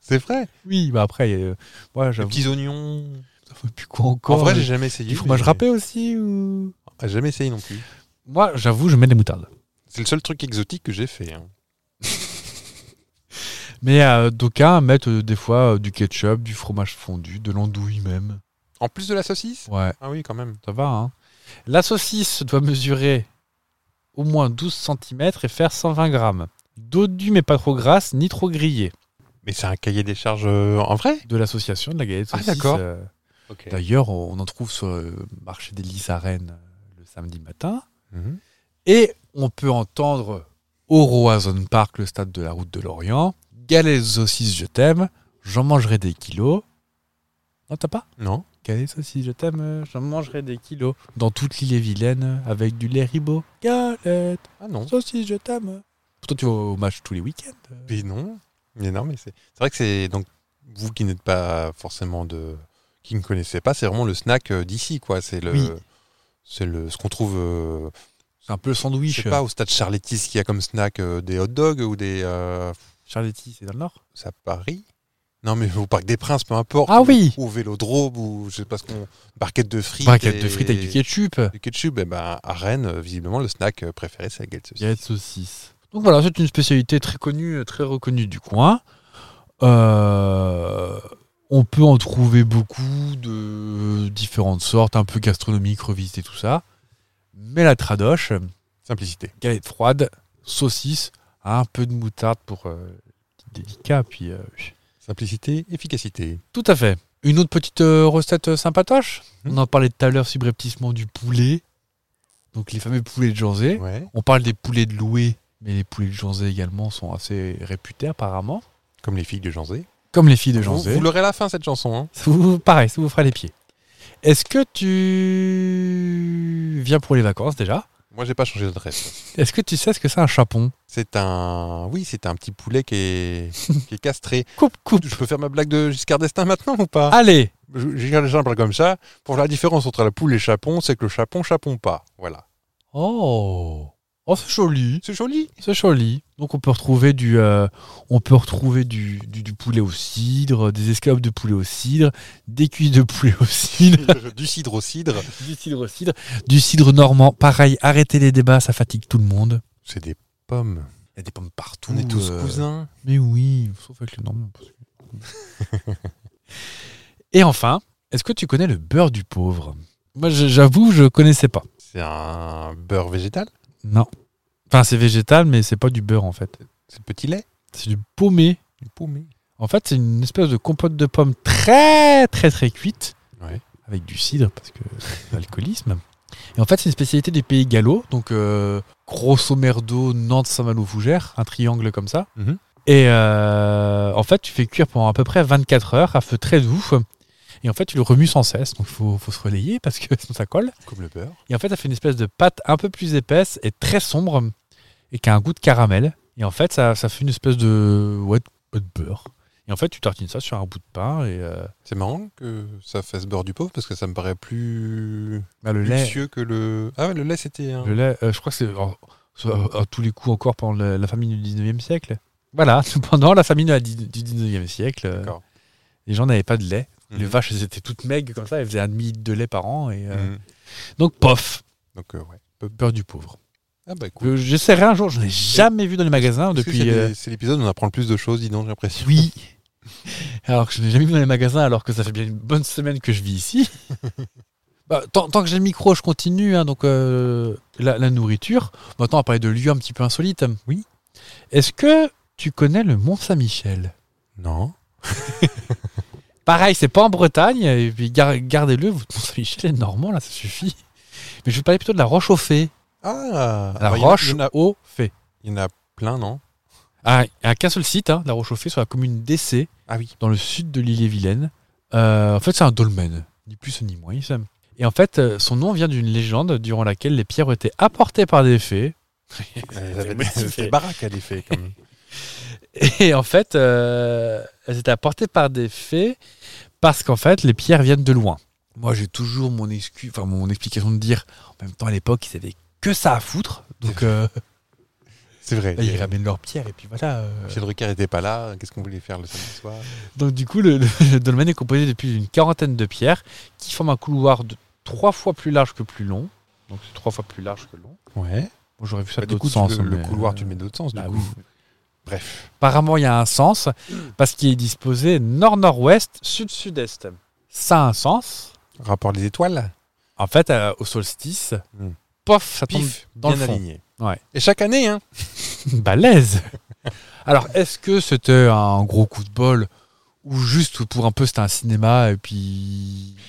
Speaker 2: C'est vrai.
Speaker 1: Oui, bah après, euh, moi
Speaker 2: Les
Speaker 1: j'avoue.
Speaker 2: petits oignons.
Speaker 1: Ça fait plus quoi
Speaker 2: En
Speaker 1: encore
Speaker 2: vrai, j'ai jamais essayé.
Speaker 1: Du fromage
Speaker 2: mais-
Speaker 1: râpé aussi ou
Speaker 2: Ah, Jamais essayé non plus.
Speaker 1: Moi, j'avoue, je mets des moutardes.
Speaker 2: C'est le seul truc exotique que j'ai fait. hein.
Speaker 1: Mais euh, d'aucuns mettent euh, des fois euh, du ketchup, du fromage fondu, de l'andouille même.
Speaker 2: En plus de la saucisse
Speaker 1: Ouais,
Speaker 2: Ah oui, quand même.
Speaker 1: ça va. Hein. La saucisse doit mesurer au moins 12 cm et faire 120 grammes. Dodue mais pas trop grasse ni trop grillée.
Speaker 2: Mais c'est un cahier des charges euh, en vrai
Speaker 1: De l'association de la galette
Speaker 2: Ah,
Speaker 1: saucisse.
Speaker 2: d'accord.
Speaker 1: euh, D'ailleurs, on on en trouve sur le marché des Lys à Rennes euh, le samedi matin.
Speaker 2: Mhm.
Speaker 1: Et on peut entendre au Roazhon Park, le stade de la route de l'Orient, Galets saucisses, je t'aime, j'en mangerai des kilos. Non, t'as pas
Speaker 2: Non
Speaker 1: Galets saucisses, je t'aime, euh, j'en mangerai des kilos. Dans toute l'île et vilaine, avec du lait ribot. Galette,
Speaker 2: Ah non.
Speaker 1: saucisses, je t'aime. Pourtant, tu vas au match tous les week-ends. euh.
Speaker 2: Mais non. Mais non, mais c'est c'est vrai que c'est. Donc, vous qui n'êtes pas forcément de. qui ne connaissez pas, c'est vraiment le snack euh, d'ici, quoi. C'est le.
Speaker 1: Oui.
Speaker 2: C'est le, ce qu'on trouve. euh,
Speaker 1: C'est un peu le
Speaker 2: je
Speaker 1: sandwich.
Speaker 2: sais pas, au stade Charletti, ce qu'il y a comme snack, euh, des hot dogs ou des. euh,
Speaker 1: Charletti, c'est dans le Nord
Speaker 2: c'est à Paris Non, mais au Parc des Princes, peu importe.
Speaker 1: Ah oui
Speaker 2: Ou au Vélodrome, ou je sais pas ce qu'on. Barquette de frites.
Speaker 1: Braquette
Speaker 2: et-
Speaker 1: de frites avec du ketchup.
Speaker 2: du ketchup. Eh ben, à Rennes, euh, visiblement, le snack euh, préféré, c'est la galette saucisse.
Speaker 1: Galette saucisse. Donc voilà, c'est une spécialité très connue, euh, très reconnue du coin. Euh, on peut en trouver beaucoup de différentes sortes, un peu gastronomiques, revisitées, tout ça. Mais la tradoche,
Speaker 2: Simplicité.
Speaker 1: galette froide, saucisse, hein, un peu de moutarde pour euh, délicat, puis euh,
Speaker 2: Simplicité, efficacité.
Speaker 1: tout à fait. Une autre petite euh, recette euh, sympatoche. On en parlait tout à l'heure subrepticement du poulet. Donc les fameux poulets de Jersey.
Speaker 2: Ouais.
Speaker 1: On parle des poulets de Loué, mais les poulets de Janzé également sont assez réputés apparemment.
Speaker 2: Comme les filles de Janzé.
Speaker 1: Comme les filles de
Speaker 2: Vous,
Speaker 1: Janzé.
Speaker 2: vous l'aurez à la fin, cette chanson. hein.
Speaker 1: Ça vous- pareil, ça vous fera les pieds. Est-ce que tu viens pour les vacances déjà
Speaker 2: Moi, j'ai pas changé d'adresse.
Speaker 1: Est-ce que tu sais ce que c'est un chapon
Speaker 2: C'est un. Oui, c'est un petit poulet qui est, qui est castré.
Speaker 1: Coupe, coupe.
Speaker 2: Je peux faire ma blague de Giscard d'Estaing maintenant ou pas
Speaker 1: Allez,
Speaker 2: Je- J'ai regardé ça un peu comme ça. Pour la différence entre la poule et le chapon, c'est que le chapon chapon pas. Voilà.
Speaker 1: oh, oh c'est joli,
Speaker 2: C'est joli.
Speaker 1: c'est joli. Donc on peut retrouver du, euh, on peut retrouver du, du- du poulet au cidre, des escalopes de poulet au cidre, des cuisses de poulet au cidre.
Speaker 2: du cidre au cidre.
Speaker 1: du cidre au cidre, du cidre normand. Pareil, arrêtez les débats, ça fatigue tout le monde.
Speaker 2: C'est des pommes.
Speaker 1: Il y a des pommes partout.
Speaker 2: On est tous
Speaker 1: euh,
Speaker 2: cousins.
Speaker 1: Mais oui, sauf avec les normands. parce que- Et enfin, est-ce que tu connais le beurre du pauvre Moi, je- j'avoue, je connaissais pas.
Speaker 2: C'est un beurre végétal.
Speaker 1: Non. Enfin, c'est végétal, mais c'est pas du beurre en fait.
Speaker 2: C'est petit lait.
Speaker 1: C'est du paumé.
Speaker 2: Du paumé.
Speaker 1: En fait, c'est une espèce de compote de pommes très, très, très cuite.
Speaker 2: Ouais.
Speaker 1: Avec du cidre, parce que c'est l'alcoolisme. Et en fait, c'est une spécialité des pays gallo. Donc, euh, grosso merdo, Nantes, Saint-Malo-Fougères, un triangle comme ça.
Speaker 2: Mhm.
Speaker 1: Et euh, en fait, tu fais cuire pendant à peu près 24 heures à feu très doux. Et en fait, tu le remues sans cesse. Donc, il faut, faut se relayer parce que sinon, ça colle.
Speaker 2: Comme le beurre.
Speaker 1: Et en fait, ça fait une espèce de pâte un peu plus épaisse et très sombre et qui a un goût de caramel. Et en fait, ça, ça fait une espèce de, ouais, de- de beurre. Et en fait, tu tartines ça sur un bout de pain et euh,
Speaker 2: C'est marrant que ça fasse beurre du pauvre parce que ça me paraît plus
Speaker 1: bah, le lait.
Speaker 2: luxueux que le. Ah ouais, le lait c'était un.
Speaker 1: Le lait, euh, je crois que c'est en- soit à, à tous les coups encore pendant la, la famine du 19e siècle. Voilà, pendant la famine de la- du 19e siècle, euh,
Speaker 2: D'accord.
Speaker 1: les gens n'avaient pas de lait. Les
Speaker 2: Mhm.
Speaker 1: vaches, elles étaient toutes maigres comme ça, elles faisaient un demi-litre de lait par an. Et, euh,
Speaker 2: Mhm.
Speaker 1: Donc, pof,
Speaker 2: Donc euh, ouais.
Speaker 1: peur du pauvre.
Speaker 2: Ah bah cool.
Speaker 1: Je- J'essaierai un jour, je n'ai jamais vu dans les magasins
Speaker 2: Est-ce que
Speaker 1: depuis.
Speaker 2: c'est
Speaker 1: euh,
Speaker 2: les- c'est l'épisode où on apprend le plus de choses, dis donc, j'ai l'impression.
Speaker 1: Oui. Alors que je n'ai jamais vu dans les magasins, alors que ça fait bien une bonne semaine que je vis ici. Bah, tant, tant que j'ai le micro, je continue. hein, donc, euh, la, la nourriture. Maintenant, on va parler de lieux un petit peu insolites. Oui. Est-ce que tu connais le Mont-Saint-Michel
Speaker 2: Non.
Speaker 1: Pareil, c'est pas en Bretagne. Et puis, gar- gardez-le. votre Mont-Saint-Michel est normand, là, ça suffit. Mais je vais parler plutôt de la roche au fée.
Speaker 2: Ah
Speaker 1: La
Speaker 2: bah, il y en a-
Speaker 1: roche
Speaker 2: Il y, en a-
Speaker 1: au fée.
Speaker 2: il y en a plein, non
Speaker 1: Ah, Il n'y a qu'un seul site, hein, la roche au fée, sur la commune d'Essé.
Speaker 2: Ah oui.
Speaker 1: dans le sud de l'île et Vilaine. Euh, en fait, c'est un dolmen, ni plus ni moins. ça. Et en fait, euh, son nom vient d'une légende durant laquelle les pierres étaient apportées par des fées.
Speaker 2: Euh, C'était baraque à l'effet, quand même.
Speaker 1: Et en fait, euh, elles étaient apportées par des fées parce qu'en fait, les pierres viennent de loin. Moi, j'ai toujours mon excuse, enfin mon explication de dire, en même temps, à l'époque, ils avaient que ça à foutre. Donc, euh,
Speaker 2: C'est vrai.
Speaker 1: là,
Speaker 2: Euh,
Speaker 1: ils ramènent leurs pierres et puis voilà. euh.
Speaker 2: Michel Drucker n'était pas là, qu'est-ce qu'on voulait faire le samedi soir
Speaker 1: Donc du coup, le, le- le dolmen est composé de plus d'une quarantaine de pierres qui forment un couloir de trois fois plus large que plus long. Donc c'est trois fois plus large que long.
Speaker 2: Ouais.
Speaker 1: Bon, J'aurais vu ça
Speaker 2: Bah,
Speaker 1: de
Speaker 2: du coup,
Speaker 1: l'autre
Speaker 2: tu-
Speaker 1: sens.
Speaker 2: le, le
Speaker 1: mais,
Speaker 2: couloir,
Speaker 1: euh,
Speaker 2: tu le mets de l'autre sens, du
Speaker 1: bah
Speaker 2: coup.
Speaker 1: oui.
Speaker 2: Bref.
Speaker 1: Apparemment, il y a un sens parce qu'il est disposé nord-nord-ouest, sud-sud-est. Ça a un sens.
Speaker 2: Rapport des étoiles
Speaker 1: En fait, euh, au solstice,
Speaker 2: Mm.
Speaker 1: pof, ça tombe
Speaker 2: Pif,
Speaker 1: dans
Speaker 2: bien
Speaker 1: le fond.
Speaker 2: aligné.
Speaker 1: Ouais.
Speaker 2: Et chaque année, hein.
Speaker 1: Balèze Alors, est-ce que c'était un gros coup de bol ou juste pour un peu c'était un cinéma et puis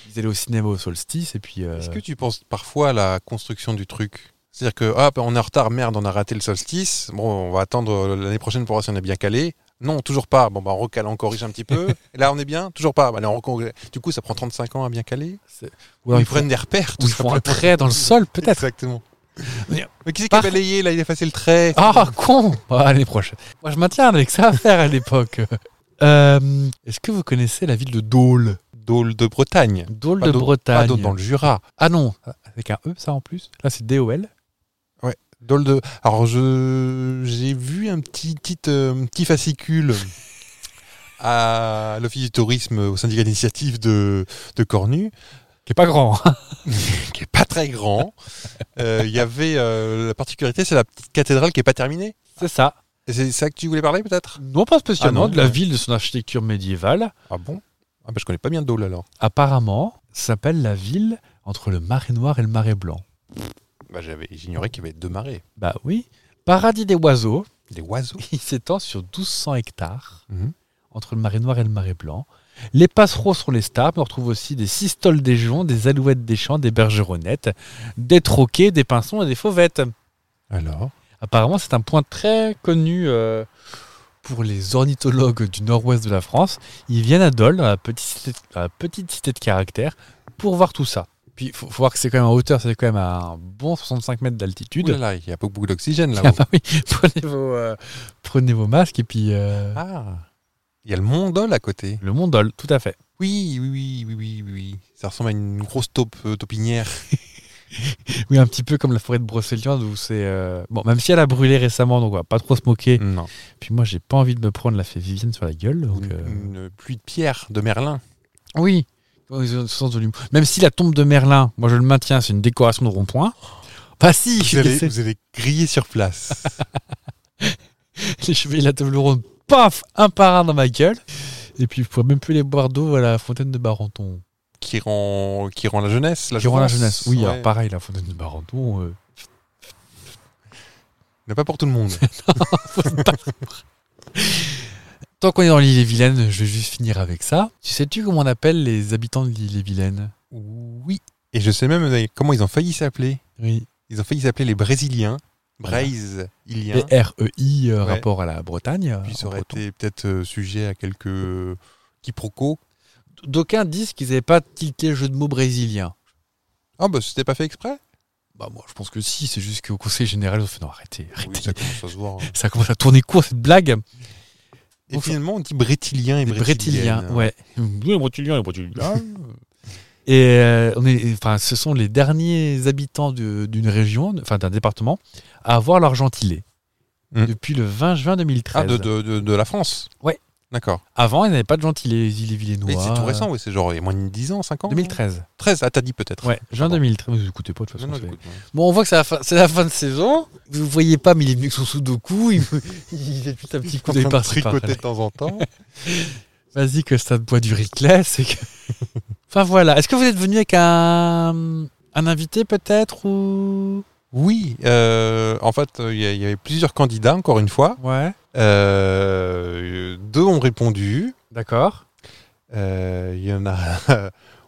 Speaker 1: ils allaient au cinéma au solstice et puis... euh,
Speaker 2: Est-ce que tu penses parfois à la construction du truc C'est-à-dire que, ah, bah, on est en retard, merde, on a raté le solstice. Bon, on va attendre euh, l'année prochaine pour voir si on est bien calé. Non, toujours pas. Bon, bah, on recale, on corrige un petit peu. Et là, on est bien Toujours pas. Bah, allez, on recorrige. Du coup, ça prend 35 ans à bien caler.
Speaker 1: ou alors
Speaker 2: ils,
Speaker 1: ils font,
Speaker 2: prennent des repères,
Speaker 1: ou
Speaker 2: tout
Speaker 1: ils font un
Speaker 2: simplement.
Speaker 1: trait dans le sol peut-être
Speaker 2: Exactement.
Speaker 1: Mais-
Speaker 2: Mais qui c'est qui a
Speaker 1: Par-
Speaker 2: balayé là Il a effacé le trait.
Speaker 1: Ah, con Ah, L'année prochaine. Moi, je maintiens avec ça à faire à l'époque. Euh, Est-ce que vous connaissez la ville de Dôle
Speaker 2: Dôle de Bretagne.
Speaker 1: Dôle
Speaker 2: Pas
Speaker 1: de
Speaker 2: Dôle- Pas
Speaker 1: Bretagne.
Speaker 2: Dôle dans le Jura.
Speaker 1: Ah non, avec un E, ça en plus. Là, c'est D-O-L.
Speaker 2: Dôle de. Alors, je j'ai vu un petit, petit, euh, petit fascicule à l'Office du tourisme au syndicat d'initiative de, de Cornu,
Speaker 1: Qui est pas grand.
Speaker 2: qui est pas très grand. Euh, Il y avait euh, la particularité, c'est la petite cathédrale qui est pas terminée.
Speaker 1: c'est ça.
Speaker 2: Et c'est ça que tu voulais parler peut-être
Speaker 1: Non, pas spécialement.
Speaker 2: Ah non,
Speaker 1: de la
Speaker 2: ouais.
Speaker 1: ville de son architecture médiévale.
Speaker 2: Ah bon Ah bah je connais pas bien Dôle alors.
Speaker 1: Apparemment, s'appelle la ville entre le marais noir et le marais blanc.
Speaker 2: Bah j'avais j'ignorais qu'il y avait deux marées.
Speaker 1: Bah oui. Paradis des oiseaux.
Speaker 2: Des oiseaux.
Speaker 1: Il s'étend sur 1200 hectares
Speaker 2: Mhm.
Speaker 1: entre le marais noir et le marais blanc. Les passereaux sont les stars, mais on retrouve aussi des systoles des joncs, des alouettes des champs, des bergeronnettes, des troquets, des pinsons et des fauvettes.
Speaker 2: Alors
Speaker 1: Apparemment, c'est un point très connu euh, pour les ornithologues du nord-ouest de la France. Ils viennent à Dole, dans la petite cité, dans la petite cité de caractère, pour voir tout ça. Puis, il faut, faut voir que c'est quand même en hauteur, c'est quand même à un bon 65 mètres
Speaker 2: Ouh là
Speaker 1: d'altitude.
Speaker 2: là, il y a pas beaucoup d'oxygène
Speaker 1: Ah
Speaker 2: là-haut.
Speaker 1: bah oui, prenez vos, euh, prenez vos masques et puis... euh,
Speaker 2: Ah Il y a le Mont Dôle à côté.
Speaker 1: Le Mont Dol, tout à fait.
Speaker 2: Oui, oui, oui, oui, oui, oui, oui. Ça ressemble à une grosse taupe euh, taupinière.
Speaker 1: Oui, un petit peu comme la forêt de Brocéliande où c'est. euh, Bon, même si elle a brûlé récemment, donc on va pas trop se moquer.
Speaker 2: Non.
Speaker 1: Puis moi, j'ai pas envie de me prendre la fée Vivienne sur la gueule. donc,
Speaker 2: Une,
Speaker 1: euh,
Speaker 2: une pluie de pierre de Merlin.
Speaker 1: Oui, ils ont le sens de l'humour. Même si la tombe de Merlin, moi je le maintiens, c'est une décoration de rond-point. Bah si,
Speaker 2: Vous
Speaker 1: je
Speaker 2: allez,
Speaker 1: les,
Speaker 2: vous allez griller sur place.
Speaker 1: les cheveux de la table ronde, paf, un par un dans ma gueule. Et puis, je pourrais même plus les boire d'eau à la fontaine de Barenton.
Speaker 2: qui, rend, qui rend la jeunesse. La
Speaker 1: Qui rend la
Speaker 2: jouvence.
Speaker 1: jeunesse. Oui,
Speaker 2: Ouais.
Speaker 1: alors pareil, la fontaine de Barenton. euh,
Speaker 2: Mais pas pour tout le monde.
Speaker 1: Tant qu'on est dans l'île et Vilaine, je vais juste finir avec ça. Tu sais-tu comment on appelle les habitants de l'île et Vilaine
Speaker 2: oui. Et je sais même euh, comment ils ont failli s'appeler.
Speaker 1: Oui.
Speaker 2: Ils ont failli s'appeler les Brésiliens. Braise-iliens.
Speaker 1: B-R-E-I, euh,
Speaker 2: Ouais.
Speaker 1: rapport à la Bretagne. euh,
Speaker 2: Puis ça
Speaker 1: en
Speaker 2: aurait
Speaker 1: breton.
Speaker 2: été peut-être euh, sujet à quelques euh, quiproquos.
Speaker 1: D'aucuns disent qu'ils n'avaient pas tilté le jeu de mots brésilien.
Speaker 2: Ah bah c'était pas fait exprès
Speaker 1: Bah moi je pense que si, c'est juste qu'au conseil général ils ont fait non arrêtez,
Speaker 2: Oui,
Speaker 1: arrêtez.
Speaker 2: ça commence à se voir. hein.
Speaker 1: ça commence à tourner court cette blague.
Speaker 2: Et
Speaker 1: Bon, ça-
Speaker 2: finalement on dit Brétiliens et
Speaker 1: Les
Speaker 2: Brétiliennes.
Speaker 1: Brétiliens, ouais. Les Brétiliens, les Brétiliens. Et euh, on est, enfin, ce sont les derniers habitants de- d'une région, enfin d'un département, à avoir leur gentilet.
Speaker 2: Mm.
Speaker 1: Depuis le 20 juin 2013.
Speaker 2: Ah, de, de, de, de la France
Speaker 1: Ouais.
Speaker 2: D'accord.
Speaker 1: Avant, ils n'avaient pas de gentilet, les îles et Villénois.
Speaker 2: Mais c'est tout récent, oui, c'est genre il y a moins de 10 ans, 5 ans
Speaker 1: 2013.
Speaker 2: 13, ah, t'as dit peut-être.
Speaker 1: Ouais, juin
Speaker 2: Pardon.
Speaker 1: 2013. Vous écoutez pas de toute
Speaker 2: Non,
Speaker 1: façon.
Speaker 2: non,
Speaker 1: c'est-
Speaker 2: j'écoute, moi.
Speaker 1: Bon, on voit que c'est la, fin- c'est la fin de saison. Vous voyez pas, mais il est venu que son Sudoku. Il, il est tout un petit coup
Speaker 2: Je
Speaker 1: d'œil
Speaker 2: suis en train de
Speaker 1: par-ci, par-là.
Speaker 2: tricoter de temps en temps.
Speaker 1: Vas-y que ça te boit du Ricless et que... Enfin voilà, est-ce que vous êtes venu avec un, un invité peut-être ou...
Speaker 2: Oui, euh, en fait, euh, il y, a- il y avait plusieurs candidats, encore une fois.
Speaker 1: Ouais,
Speaker 2: Euh, deux ont répondu.
Speaker 1: d'accord.
Speaker 2: Euh, Il y en a.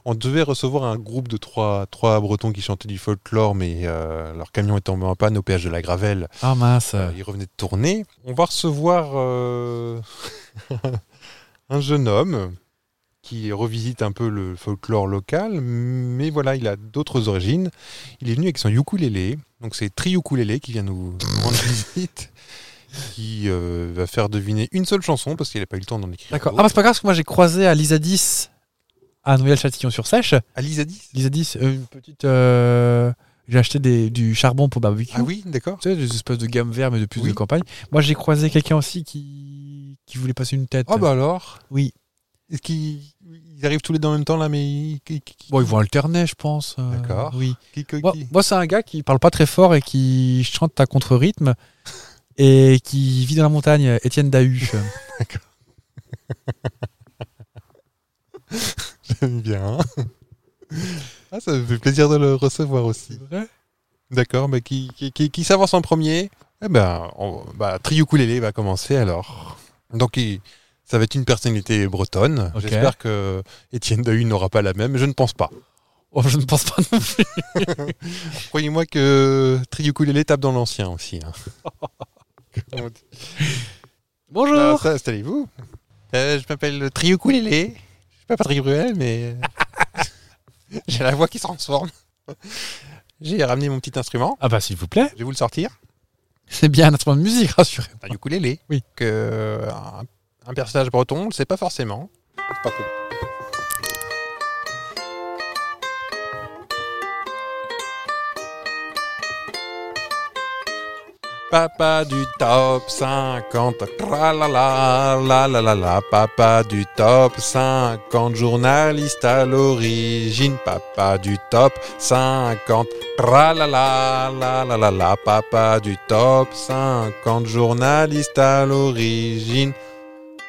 Speaker 2: On devait recevoir un groupe de trois, trois Bretons qui chantaient du folklore, mais euh, leur camion est tombé en panne au péage de la Gravelle.
Speaker 1: Ah mince.
Speaker 2: Euh, il revenait de tourner. On va recevoir euh, un jeune homme qui revisite un peu le folklore local, mais voilà, il a d'autres origines. Il est venu avec son ukulélé, donc c'est Tri Ukulélé qui vient nous rendre visite, qui euh, va faire deviner une seule chanson parce qu'il n'a pas eu le temps d'en écrire.
Speaker 1: D'accord. Ah
Speaker 2: d'autres.
Speaker 1: bah c'est pas grave parce que moi j'ai croisé à Lisadis à Noël-Châtillon-sur-Sèche.
Speaker 2: Ah, Alizadis
Speaker 1: Lisadis, euh, une petite... euh, J'ai acheté des- du charbon pour barbecue.
Speaker 2: Ah oui, d'accord.
Speaker 1: Tu sais, des espèces de gamme verte mais de plus
Speaker 2: Oui.
Speaker 1: de campagne. Moi j'ai croisé quelqu'un aussi qui... qui voulait passer une tête.
Speaker 2: Ah bah alors
Speaker 1: Oui.
Speaker 2: Est-ce qu'ils ils arrivent tous les deux en même temps là, mais ils- qui- qui- qui-
Speaker 1: Bon, ils vont alterner je pense. euh,
Speaker 2: D'accord.
Speaker 1: Oui.
Speaker 2: qui- qui-
Speaker 1: Moi,
Speaker 2: qui-
Speaker 1: moi, c'est un gars qui parle pas très fort et qui chante à contre-rythme et qui vit dans la montagne, Étienne Dahu.
Speaker 2: J'aime bien. Ah, ça me fait plaisir de le recevoir aussi. D'accord, mais qui, qui, qui- qui s'avance en premier Eh ben, on, bah, Triukulele va commencer alors. Donc, il- ça va être une personnalité bretonne.
Speaker 1: Ok.
Speaker 2: J'espère que Étienne Dahu n'aura pas la même. Je ne pense pas.
Speaker 1: Oh, je ne pense pas non plus.
Speaker 2: Croyez-moi que Triukulele tape dans l'ancien aussi. hein. Comment dire
Speaker 1: Bonjour.
Speaker 2: Ah, ça, Installez-vous. Euh, je m'appelle Triukulele. Je suis pas Patrick Bruel, mais j'ai la voix qui se transforme. J'ai ramené mon petit instrument.
Speaker 1: Ah bah s'il vous plaît.
Speaker 2: Je vais vous le sortir.
Speaker 1: C'est bien un instrument de musique, rassurez-moi.
Speaker 2: un ukulélé.
Speaker 1: Oui.
Speaker 2: Que euh, un, un personnage breton, on le sait pas forcément. C'est pas con. Papa du top 50, tra la la la la la la, papa du top 50, journaliste à l'origine, papa du top 50, Tra la la la la la la, papa du top 50, journaliste à l'origine.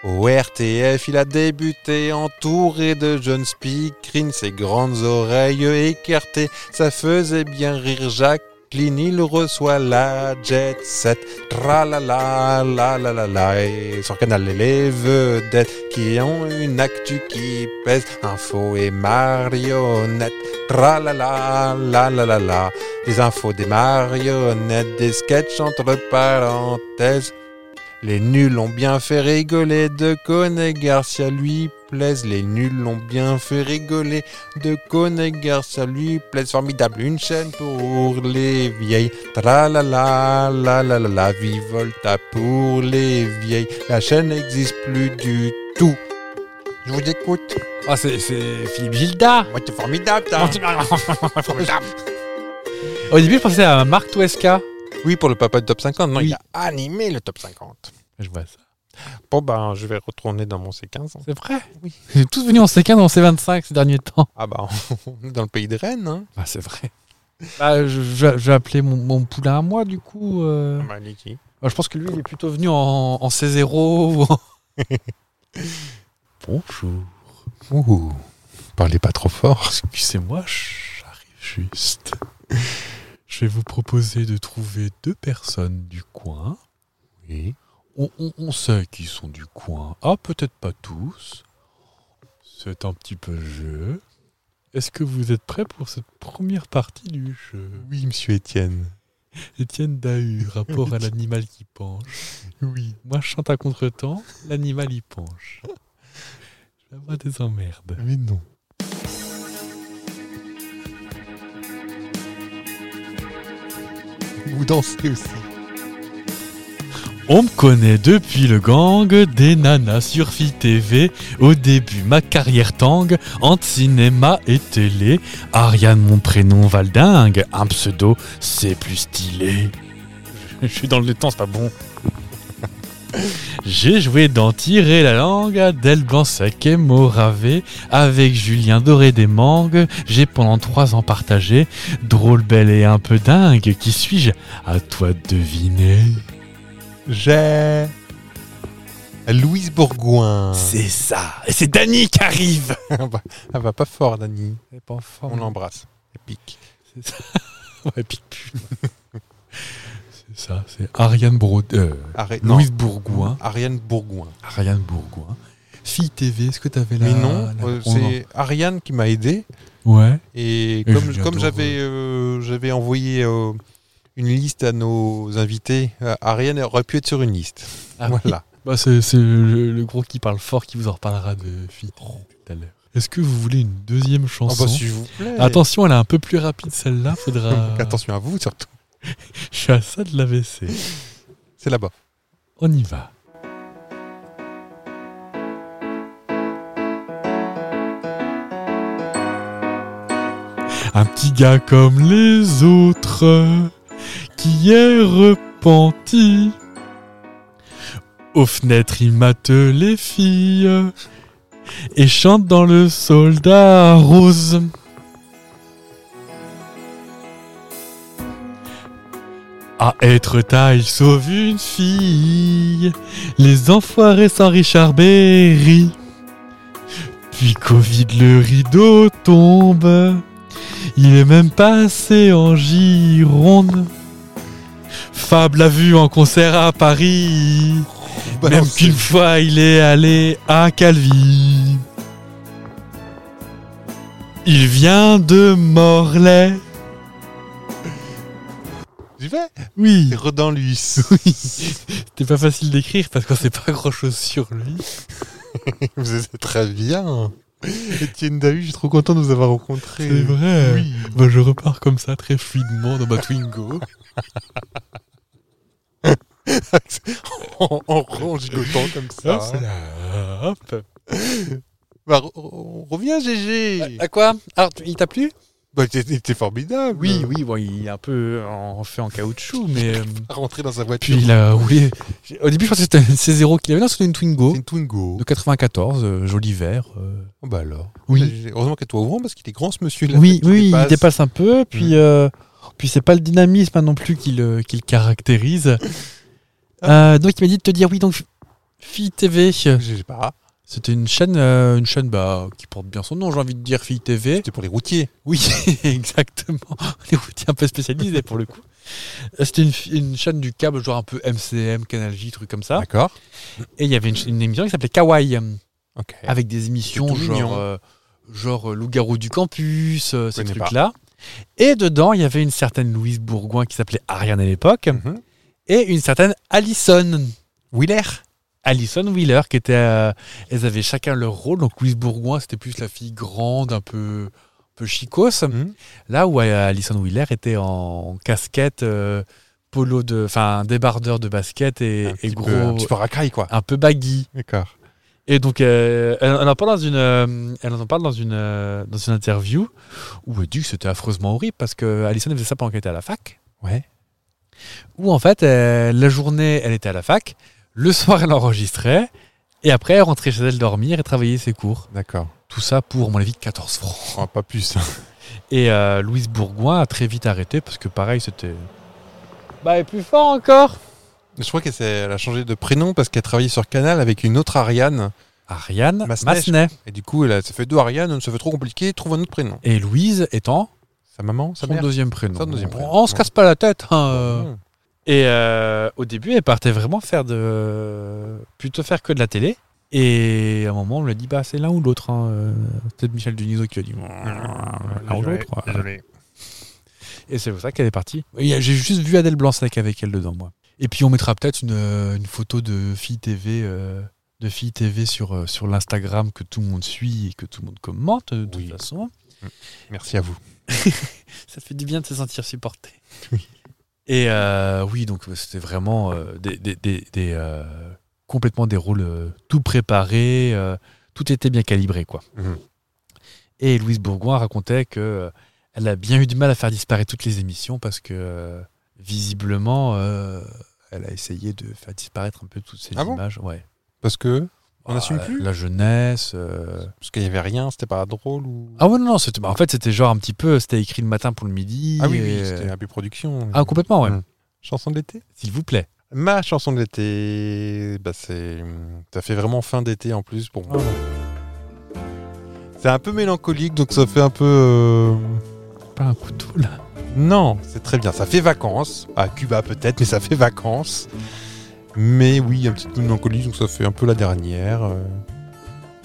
Speaker 2: Au RTF, il a débuté entouré de jeunes speakerines, ses grandes oreilles écartées, ça faisait bien rire Jacqueline, il reçoit la jet set. Tra la la la la la la, et sur Canal les vedettes qui ont une actu qui pèse, info et marionnette. Tra la la la la la la. Des infos, des marionnettes, des sketchs entre parenthèses. Les nuls ont bien fait rigoler de Coné Garcia lui plaise. Les nuls l'ont bien fait rigoler de Coné Garcia lui plaise. Formidable, une chaîne pour les vieilles. Tra la la la la la la. Vivolta pour les vieilles. La chaîne n'existe plus du tout. Je vous écoute.
Speaker 1: Ah c'est, c'est Philippe Gilda.
Speaker 2: Moi, c'est formidable, ça. Formidable.
Speaker 1: Au début, je pensais à Marc Tuesca.
Speaker 2: Oui, pour le papa du top 50. Non,
Speaker 1: Oui.
Speaker 2: il a animé le top 50.
Speaker 1: Je vois ça.
Speaker 2: Bon, ben, je vais retourner dans mon C15.
Speaker 1: C'est vrai Oui. Ils sont tous venus en C15 en C25 ces derniers temps.
Speaker 2: Ah, bah, on est dans le pays de Rennes. Hein.
Speaker 1: Bah c'est vrai. Bah, je, je- je vais appeler mon, mon poulain à moi du coup. euh.
Speaker 2: Ah bah, il est qui
Speaker 1: Bah, je pense que lui, il est plutôt venu en, en C0 ou en... Bonjour.
Speaker 2: Ouh, parlez pas trop fort.
Speaker 1: Excusez-moi, j'arrive juste. Je vais vous proposer de trouver deux personnes du coin.
Speaker 2: Oui.
Speaker 1: On, on- on sait qui sont du coin. Ah, peut-être pas tous. C'est un petit peu le jeu. Est-ce que vous êtes prêts pour cette première partie du jeu
Speaker 2: Oui, monsieur Étienne.
Speaker 1: Étienne Dahu, rapport à l'animal qui penche.
Speaker 2: Oui.
Speaker 1: Moi, je chante à contre-temps, l'animal y penche. Je vais avoir des emmerdes.
Speaker 2: Mais non. Vous dansez aussi.
Speaker 1: On me connaît depuis le gang des nanas sur Fi TV. Au début, ma carrière tangue entre cinéma et télé. Ariane, mon prénom Valdingue. Un pseudo, c'est plus stylé. Je suis dans le temps, c'est pas bon. J'ai joué dans Tirer la langue, Adèle Blanc-Sec et Moravé. Avec Julien Doré des Mangues, j'ai pendant trois ans partagé. Drôle, belle et un peu dingue, qui suis-je À toi de deviner.
Speaker 2: J'ai. Louise Bourgoin.
Speaker 1: C'est ça. Et c'est Dany qui arrive.
Speaker 2: Ah bah, Elle va pas fort, Dani.
Speaker 1: C'est pas fort.
Speaker 2: On l'embrasse. Épique.
Speaker 1: C'est ça. Ouais, pique plus. c'est ça. C'est Ariane Broad. euh,
Speaker 2: Arrête.
Speaker 1: Louise Bourgoin.
Speaker 2: Ariane Bourgoin.
Speaker 1: Ariane Bourgoin. Fille TV, est-ce que t'avais la.
Speaker 2: Mais non,
Speaker 1: la-
Speaker 2: euh,
Speaker 1: on
Speaker 2: c'est Ariane qui m'a aidé.
Speaker 1: en- Ouais.
Speaker 2: Et
Speaker 1: Et
Speaker 2: comme,
Speaker 1: Julien
Speaker 2: comme
Speaker 1: Doré.
Speaker 2: j'avais euh, j'avais envoyé euh, une liste à nos invités, euh, Ariane aurait pu être sur une liste.
Speaker 1: Ah oui.
Speaker 2: voilà.
Speaker 1: Bah, c'est c'est le, le gros qui parle fort qui vous en reparlera de Fille TV tout à l'heure. Est-ce que vous voulez une deuxième
Speaker 2: Oh,
Speaker 1: chanson
Speaker 2: bah, s'il vous plaît.
Speaker 1: Attention, elle est un peu plus rapide celle-là. Faudra.
Speaker 2: Donc, Attention à vous surtout.
Speaker 1: Je suis à ça de l'AVC.
Speaker 2: C'est là-bas.
Speaker 1: On y va. Un petit gars comme les autres qui est repenti. Aux fenêtres, il mate les filles et chante dans le soldat rose. À être taille sauve une fille. Les enfoirés sans Richard Berry. Puis Covid, le rideau tombe. Il est même passé en Gironde. Fab l'a vu en concert à Paris. Même
Speaker 2: Balance.
Speaker 1: qu'une fois, il est allé à Calvi. Il vient de Morlaix.
Speaker 2: J'y vais.
Speaker 1: Oui.
Speaker 2: Redanlus.
Speaker 1: C'était pas facile d'écrire parce qu'on sait pas grand chose sur lui.
Speaker 2: vous êtes très bien. Étienne Dahu, je suis trop content de vous avoir rencontré.
Speaker 1: C'est vrai.
Speaker 2: Oui.
Speaker 1: Bah, je repars comme ça très fluidement dans ma Twingo.
Speaker 2: En, en rangigotant comme ça.
Speaker 1: Hop là, hop.
Speaker 2: Bah, re- re- reviens, GG.
Speaker 1: quoi Alors, il t'a plu
Speaker 2: Bah, t'es- t'es formidable.
Speaker 1: Oui, oui, bon, il est un peu en fait en caoutchouc, mais. euh,
Speaker 2: Rentrer dans sa voiture.
Speaker 1: Puis il a roulé. J'ai- Au début, je pensais que c'était un C0 qu'il avait. Non, c'était une Twingo
Speaker 2: C'est une Twingo.
Speaker 1: de 94, euh, joli vert. euh.
Speaker 2: Oh, bah alors.
Speaker 1: Oui.
Speaker 2: Heureusement qu'elle est au courant parce qu'il est grand ce monsieur.
Speaker 1: Oui, oui, il dépasse un peu. Puis, euh, puis c'est pas le dynamisme hein, non plus qui le, qui le caractérise. Euh, donc il m'a dit de te dire oui, donc Fille TV.
Speaker 2: J'ai pas.
Speaker 1: C'était une chaîne, euh, une chaîne bah, qui porte bien son nom, j'ai envie de dire Fille TV.
Speaker 2: C'était pour les routiers.
Speaker 1: Oui, exactement. Les routiers un peu spécialisés pour le coup. Euh, C'était une, fi- une chaîne du câble, genre un peu MCM, Canal J, truc comme ça.
Speaker 2: D'accord.
Speaker 1: Et il y avait une, ch- une émission qui s'appelait Kawaii, euh,
Speaker 2: Ok.
Speaker 1: avec des émissions
Speaker 2: tout mignon.
Speaker 1: genre, euh, genre euh, Loup-garou du campus, euh, ces
Speaker 2: Connais pas.
Speaker 1: trucs-là. Et dedans, il y avait une certaine Louise Bourgoin qui s'appelait Ariane à l'époque,
Speaker 2: Mhm.
Speaker 1: et une certaine Alison.
Speaker 2: Wheeler.
Speaker 1: Alison Wheeler, qui était. euh, elles avaient chacun leur rôle. Donc Louise Bourgoin, c'était plus la fille grande, un peu, un peu chicose.
Speaker 2: Mhm.
Speaker 1: Là où euh, Alison Wheeler était en casquette, euh, polo de. Enfin, débardeur de basket et,
Speaker 2: Un
Speaker 1: et
Speaker 2: petit
Speaker 1: gros.
Speaker 2: peu- un petit peu racaille, quoi.
Speaker 1: un peu baggy.
Speaker 2: D'accord.
Speaker 1: Et donc, euh, elle, elle en parle dans une, euh, elle en parle dans une, euh, dans une interview où elle dit que c'était affreusement horrible parce que Alison elle faisait ça pendant qu'elle était à la fac.
Speaker 2: Ouais.
Speaker 1: Où en fait, euh, la journée, elle était à la fac, le soir, elle enregistrait, et après, elle rentrait chez elle dormir et travailler ses cours.
Speaker 2: D'accord.
Speaker 1: Tout ça pour, à mon avis, 14 francs.
Speaker 2: Oh, pas plus.
Speaker 1: Et euh, Louise Bourgoin a très vite arrêté parce que, pareil, c'était. Bah, et plus fort encore
Speaker 2: Je crois qu'elle s'est- elle a changé de prénom parce qu'elle travaillait sur Canal avec une autre Ariane.
Speaker 1: Ariane
Speaker 2: Massenet,
Speaker 1: Massenet.
Speaker 2: Et du coup, elle a- ça fait deux Ariane, ça fait trop compliqué, trouve un autre prénom.
Speaker 1: Et Louise étant
Speaker 2: Sa maman, sa
Speaker 1: son
Speaker 2: mère.
Speaker 1: deuxième prénom.
Speaker 2: Son deuxième prénom.
Speaker 1: On, on se casse pas la tête. hein, euh.
Speaker 2: Mmh.
Speaker 1: Et euh, au début, elle partait vraiment faire de. plutôt faire que de la télé. Et à un moment, on lui a dit, bah, c'est l'un ou l'autre. hein. Euh, C'est peut-être Michel Denisot qui a
Speaker 2: Mmh.
Speaker 1: dit, l'un ou l'autre. Et c'est pour ça qu'elle est partie. Et y a- J'ai juste vu Adèle Blanc-Sec avec elle dedans, moi. Et puis, on mettra peut-être une, euh, une photo de Fille TV. euh, de Fille TV sur, euh, sur l'Instagram que tout le monde suit et que tout le monde commente de toute
Speaker 2: Oui.
Speaker 1: façon.
Speaker 2: Merci à vous.
Speaker 1: Ça fait du bien de se sentir supporté. Et euh, oui, donc euh, c'était vraiment euh, des, des- des- des, euh, complètement des rôles euh, tout préparés, euh, tout était bien calibré quoi.
Speaker 2: Mhm.
Speaker 1: Et Louise Bourgoin racontait que euh, elle a bien eu du mal à faire disparaître toutes les émissions parce que euh, visiblement euh, elle a essayé de faire disparaître un peu toutes ces
Speaker 2: Ah bon
Speaker 1: images. ouais.
Speaker 2: Parce que On
Speaker 1: Ah,
Speaker 2: assume
Speaker 1: la-
Speaker 2: plus
Speaker 1: la jeunesse. euh,
Speaker 2: parce qu'il y avait rien, c'était pas drôle ou.
Speaker 1: Ah ouais non non, c'était- bah, en fait c'était genre un petit peu, c'était écrit le matin pour le midi.
Speaker 2: Ah oui, oui,
Speaker 1: et-
Speaker 2: c'était un peu production.
Speaker 1: Ah complètement ouais.
Speaker 2: Mhm. Chanson de l'été.
Speaker 1: S'il vous plaît.
Speaker 2: Ma chanson de l'été, bah c'est, ça fait vraiment fin d'été en plus pour moi. C'est un peu mélancolique, donc ça fait un peu. euh,
Speaker 1: Pas un couteau là.
Speaker 2: Non, c'est très bien. Ça fait vacances. À Cuba peut-être, mais ça fait vacances. Mais oui, un petit peu mélancolique, donc ça fait un peu la dernière. euh.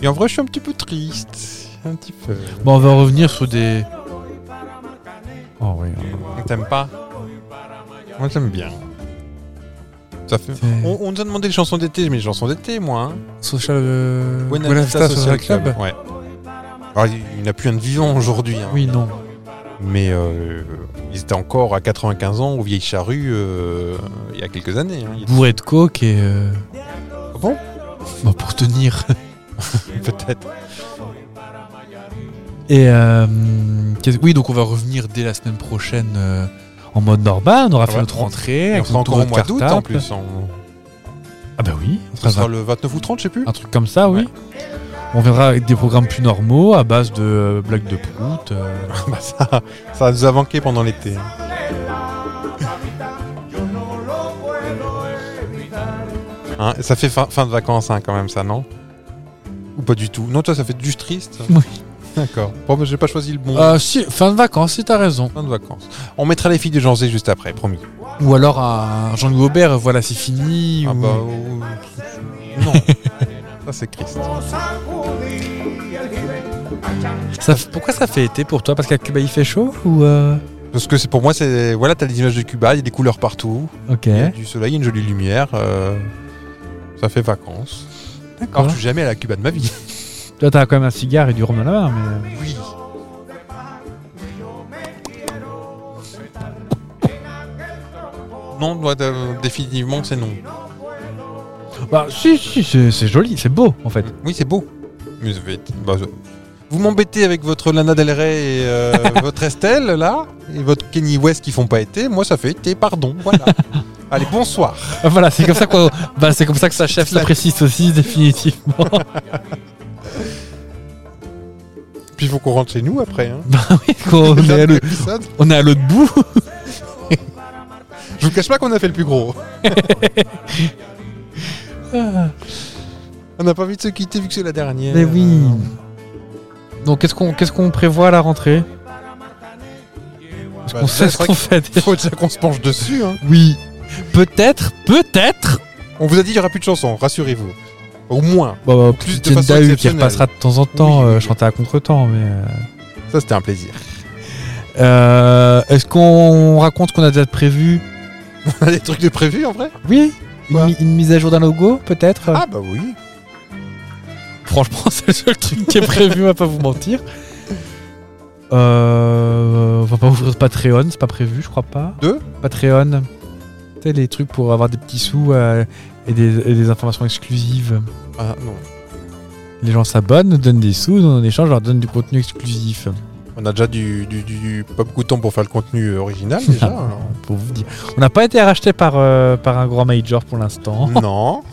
Speaker 2: Et en vrai, je suis un petit peu triste. Un petit peu.
Speaker 1: Bon, on va revenir sur des. Oh oui.
Speaker 2: On t'aime pas Moi, j'aime bien. Ça fait... On, on nous a demandé les chansons d'été, mais les chansons d'été, moi. hein.
Speaker 1: Social. euh,
Speaker 2: Buena
Speaker 1: Buena
Speaker 2: Vista
Speaker 1: Vista Social Club.
Speaker 2: Ouais. Alors, il il n'y en a plus un de vivant aujourd'hui. hein.
Speaker 1: Oui, non.
Speaker 2: Mais euh, ils étaient encore à 95 ans, aux vieilles charrues, euh, il y a quelques années. hein. Il y a-
Speaker 1: Bourré de coke et. euh,
Speaker 2: Ah bon
Speaker 1: bah, pour tenir.
Speaker 2: Peut-être.
Speaker 1: Et. euh, qu'est-ce- Oui, donc on va revenir dès la semaine prochaine euh, en mode normal. On aura fait
Speaker 2: Ah Ouais,
Speaker 1: notre
Speaker 2: on-
Speaker 1: rentrée.
Speaker 2: Et on
Speaker 1: avec
Speaker 2: sera
Speaker 1: notre
Speaker 2: encore
Speaker 1: tour
Speaker 2: au
Speaker 1: de
Speaker 2: mois d'août en
Speaker 1: cartable.
Speaker 2: plus. on-
Speaker 1: Ah bah Ah oui. on
Speaker 2: Ce
Speaker 1: sera
Speaker 2: sera le 29 ou 30, je sais plus.
Speaker 1: Un truc comme ça, oui.
Speaker 2: Ouais.
Speaker 1: On verra avec des programmes plus normaux à base de euh, blagues de prout. euh,
Speaker 2: Bah, ça, ça nous a manqué pendant l'été. Hein, ça fait fin, fin de vacances hein, quand même ça, non Ou pas du tout Non, toi ça fait juste triste.
Speaker 1: Oui.
Speaker 2: D'accord. Bon, mais j'ai pas choisi le bon
Speaker 1: Euh, si, fin de vacances, si t'as raison.
Speaker 2: fin de vacances. On mettra les filles de Jean Zé juste après, promis.
Speaker 1: Ou alors un Jean-Louis Aubert, voilà, c'est fini.
Speaker 2: Ah
Speaker 1: ou-
Speaker 2: bah, ou- non. Ça, c'est Christ.
Speaker 1: Ça f- pourquoi ça fait été pour toi Parce qu'à Cuba il fait chaud ou euh,
Speaker 2: Parce que c'est pour moi, c'est voilà, t'as des images de Cuba, il y a des couleurs partout,
Speaker 1: Ok.
Speaker 2: il y a du soleil, une jolie lumière, euh, ça fait vacances. Alors,
Speaker 1: D'accord.
Speaker 2: je suis jamais allé à Cuba de ma vie.
Speaker 1: Toi t'as quand même un cigare et du rhum dans la main, mais. euh,
Speaker 2: Oui. Non, moi, euh, définitivement, c'est non.
Speaker 1: Bah si si c'est c'est joli, c'est beau en fait.
Speaker 2: Oui, c'est beau. Mais ça fait- bah, je- Vous m'embêtez avec votre Lana Del Rey et euh, votre Estelle, là, et votre Kenny West qui font pas été. Moi, ça fait été, pardon. Voilà. Allez, bonsoir.
Speaker 1: Ah, voilà, c'est comme ça qu'on- bah, c'est comme ça que sa chef l'apprécie aussi définitivement.
Speaker 2: Puis il faut qu'on rentre chez nous après. Hein.
Speaker 1: on,
Speaker 2: Le
Speaker 1: est à
Speaker 2: dernier
Speaker 1: l'autre-
Speaker 2: épisode.
Speaker 1: on est à l'autre bout.
Speaker 2: Je vous cache pas qu'on a fait le plus gros. On n'a pas envie de se quitter vu que c'est la dernière.
Speaker 1: Ah, Mais oui. Euh, Donc qu'est-ce qu'on qu'est-ce qu'on prévoit à la rentrée
Speaker 2: Bah,
Speaker 1: On sait
Speaker 2: c'est
Speaker 1: ce
Speaker 2: vrai
Speaker 1: qu'on fait.
Speaker 2: qu'il faut déjà qu'on se penche dessus. hein.
Speaker 1: Oui. Peut-être, peut-être.
Speaker 2: On vous a dit qu'il n'y aura plus de chansons, rassurez-vous. Au moins.
Speaker 1: Bon,
Speaker 2: Plus de
Speaker 1: petite
Speaker 2: façon
Speaker 1: Dahu qui
Speaker 2: exceptionnelle.
Speaker 1: repassera de temps en temps,
Speaker 2: Oui, oui,
Speaker 1: euh,
Speaker 2: oui.
Speaker 1: chanter à contre-temps, mais. euh,
Speaker 2: Ça, c'était un plaisir.
Speaker 1: Euh, Est-ce qu'on raconte qu'on a déjà prévu
Speaker 2: On a des trucs de prévu en vrai
Speaker 1: Oui Bah. une,
Speaker 2: Quoi
Speaker 1: mi- une mise à jour d'un logo, peut-être
Speaker 2: Ah, bah oui.
Speaker 1: Franchement, c'est le seul truc qui est prévu, on va pas vous mentir. Euh, on va pas ouvrir Patreon, c'est pas prévu, je crois pas.
Speaker 2: Deux
Speaker 1: Patreon. Tu sais, les trucs pour avoir des petits sous euh, et, des, et des informations exclusives.
Speaker 2: Ah, non.
Speaker 1: Les gens s'abonnent, nous donnent des sous, nous, en échange, on leur donne du contenu exclusif.
Speaker 2: On a déjà du, du, du- du- pas beaucoup de temps pour faire le contenu euh, original déjà. hein. alors.
Speaker 1: Pour vous dire. Ah, On n'a pas été racheté par, euh, par un grand major pour
Speaker 2: Mm.
Speaker 1: l'instant.
Speaker 2: non.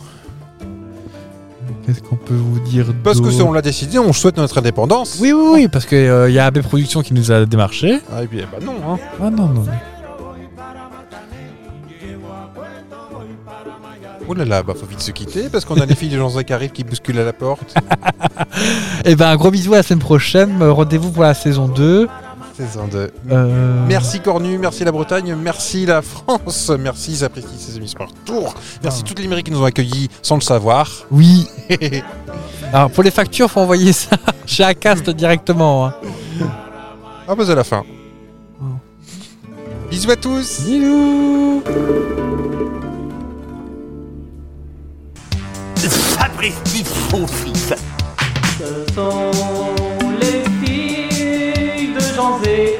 Speaker 1: Qu'est-ce qu'on peut vous dire
Speaker 2: Parce que
Speaker 1: d'autre
Speaker 2: si on l'a décidé, on souhaite notre indépendance.
Speaker 1: Oui, oui, oui, parce qu'il y a AB Productions qui nous a démarché.
Speaker 2: Ah, et puis, eh bah non. Hein.
Speaker 1: Ah non, non. non.
Speaker 2: Oh là là, bah faut vite se quitter parce qu'on a les filles de Jean-Jacques qui arrivent qui bousculent à la porte.
Speaker 1: Eh ben, un gros bisou à la semaine prochaine. Euh, Rendez-vous pour la saison 2.
Speaker 2: Saison 2.
Speaker 1: Euh,
Speaker 2: Merci Cornu, merci la Bretagne, merci la France, merci Zapristi, ses amis par tour. Merci
Speaker 1: Ah.
Speaker 2: toutes les mairies qui nous ont accueillis sans le savoir.
Speaker 1: Oui. Alors, pour les factures, faut envoyer ça chez Acast directement. hein.
Speaker 2: ah bah c'est la fin.
Speaker 1: Oh.
Speaker 2: Bisous à tous
Speaker 1: Bisous.
Speaker 3: Sapristi son fils.
Speaker 4: Ce sont les filles de Jean Zé.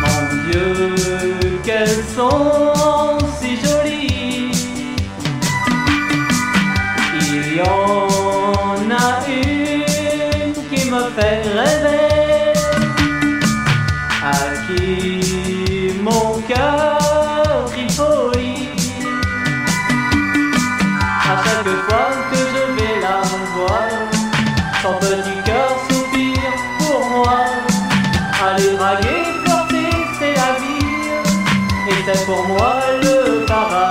Speaker 4: Mon Dieu, qu'elles sont si jolies. Il y en a une qui me fait rêver, à qui mon cœur rifolie. À chaque fois que je vais la revoir, son petit cœur soupire pour moi. Aller draguer, flirter, c'est la vie, et c'est pour moi le paradis.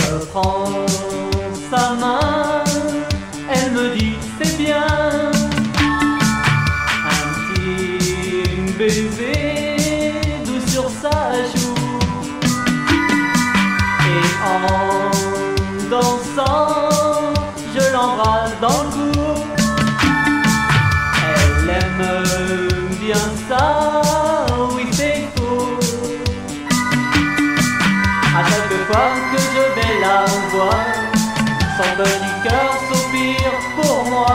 Speaker 4: Je prends sa main, elle me dit c'est bien. Un petit baiser doux sur sa joue Et en dansant, je l'embrasse dans le cou Elle aime bien ça, oui c'est faux À chaque fois que je vais la voir Son petit cœur soupire pour moi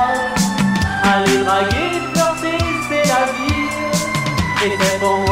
Speaker 4: Aller draguer, flirter, c'est la vie. Et c'est pour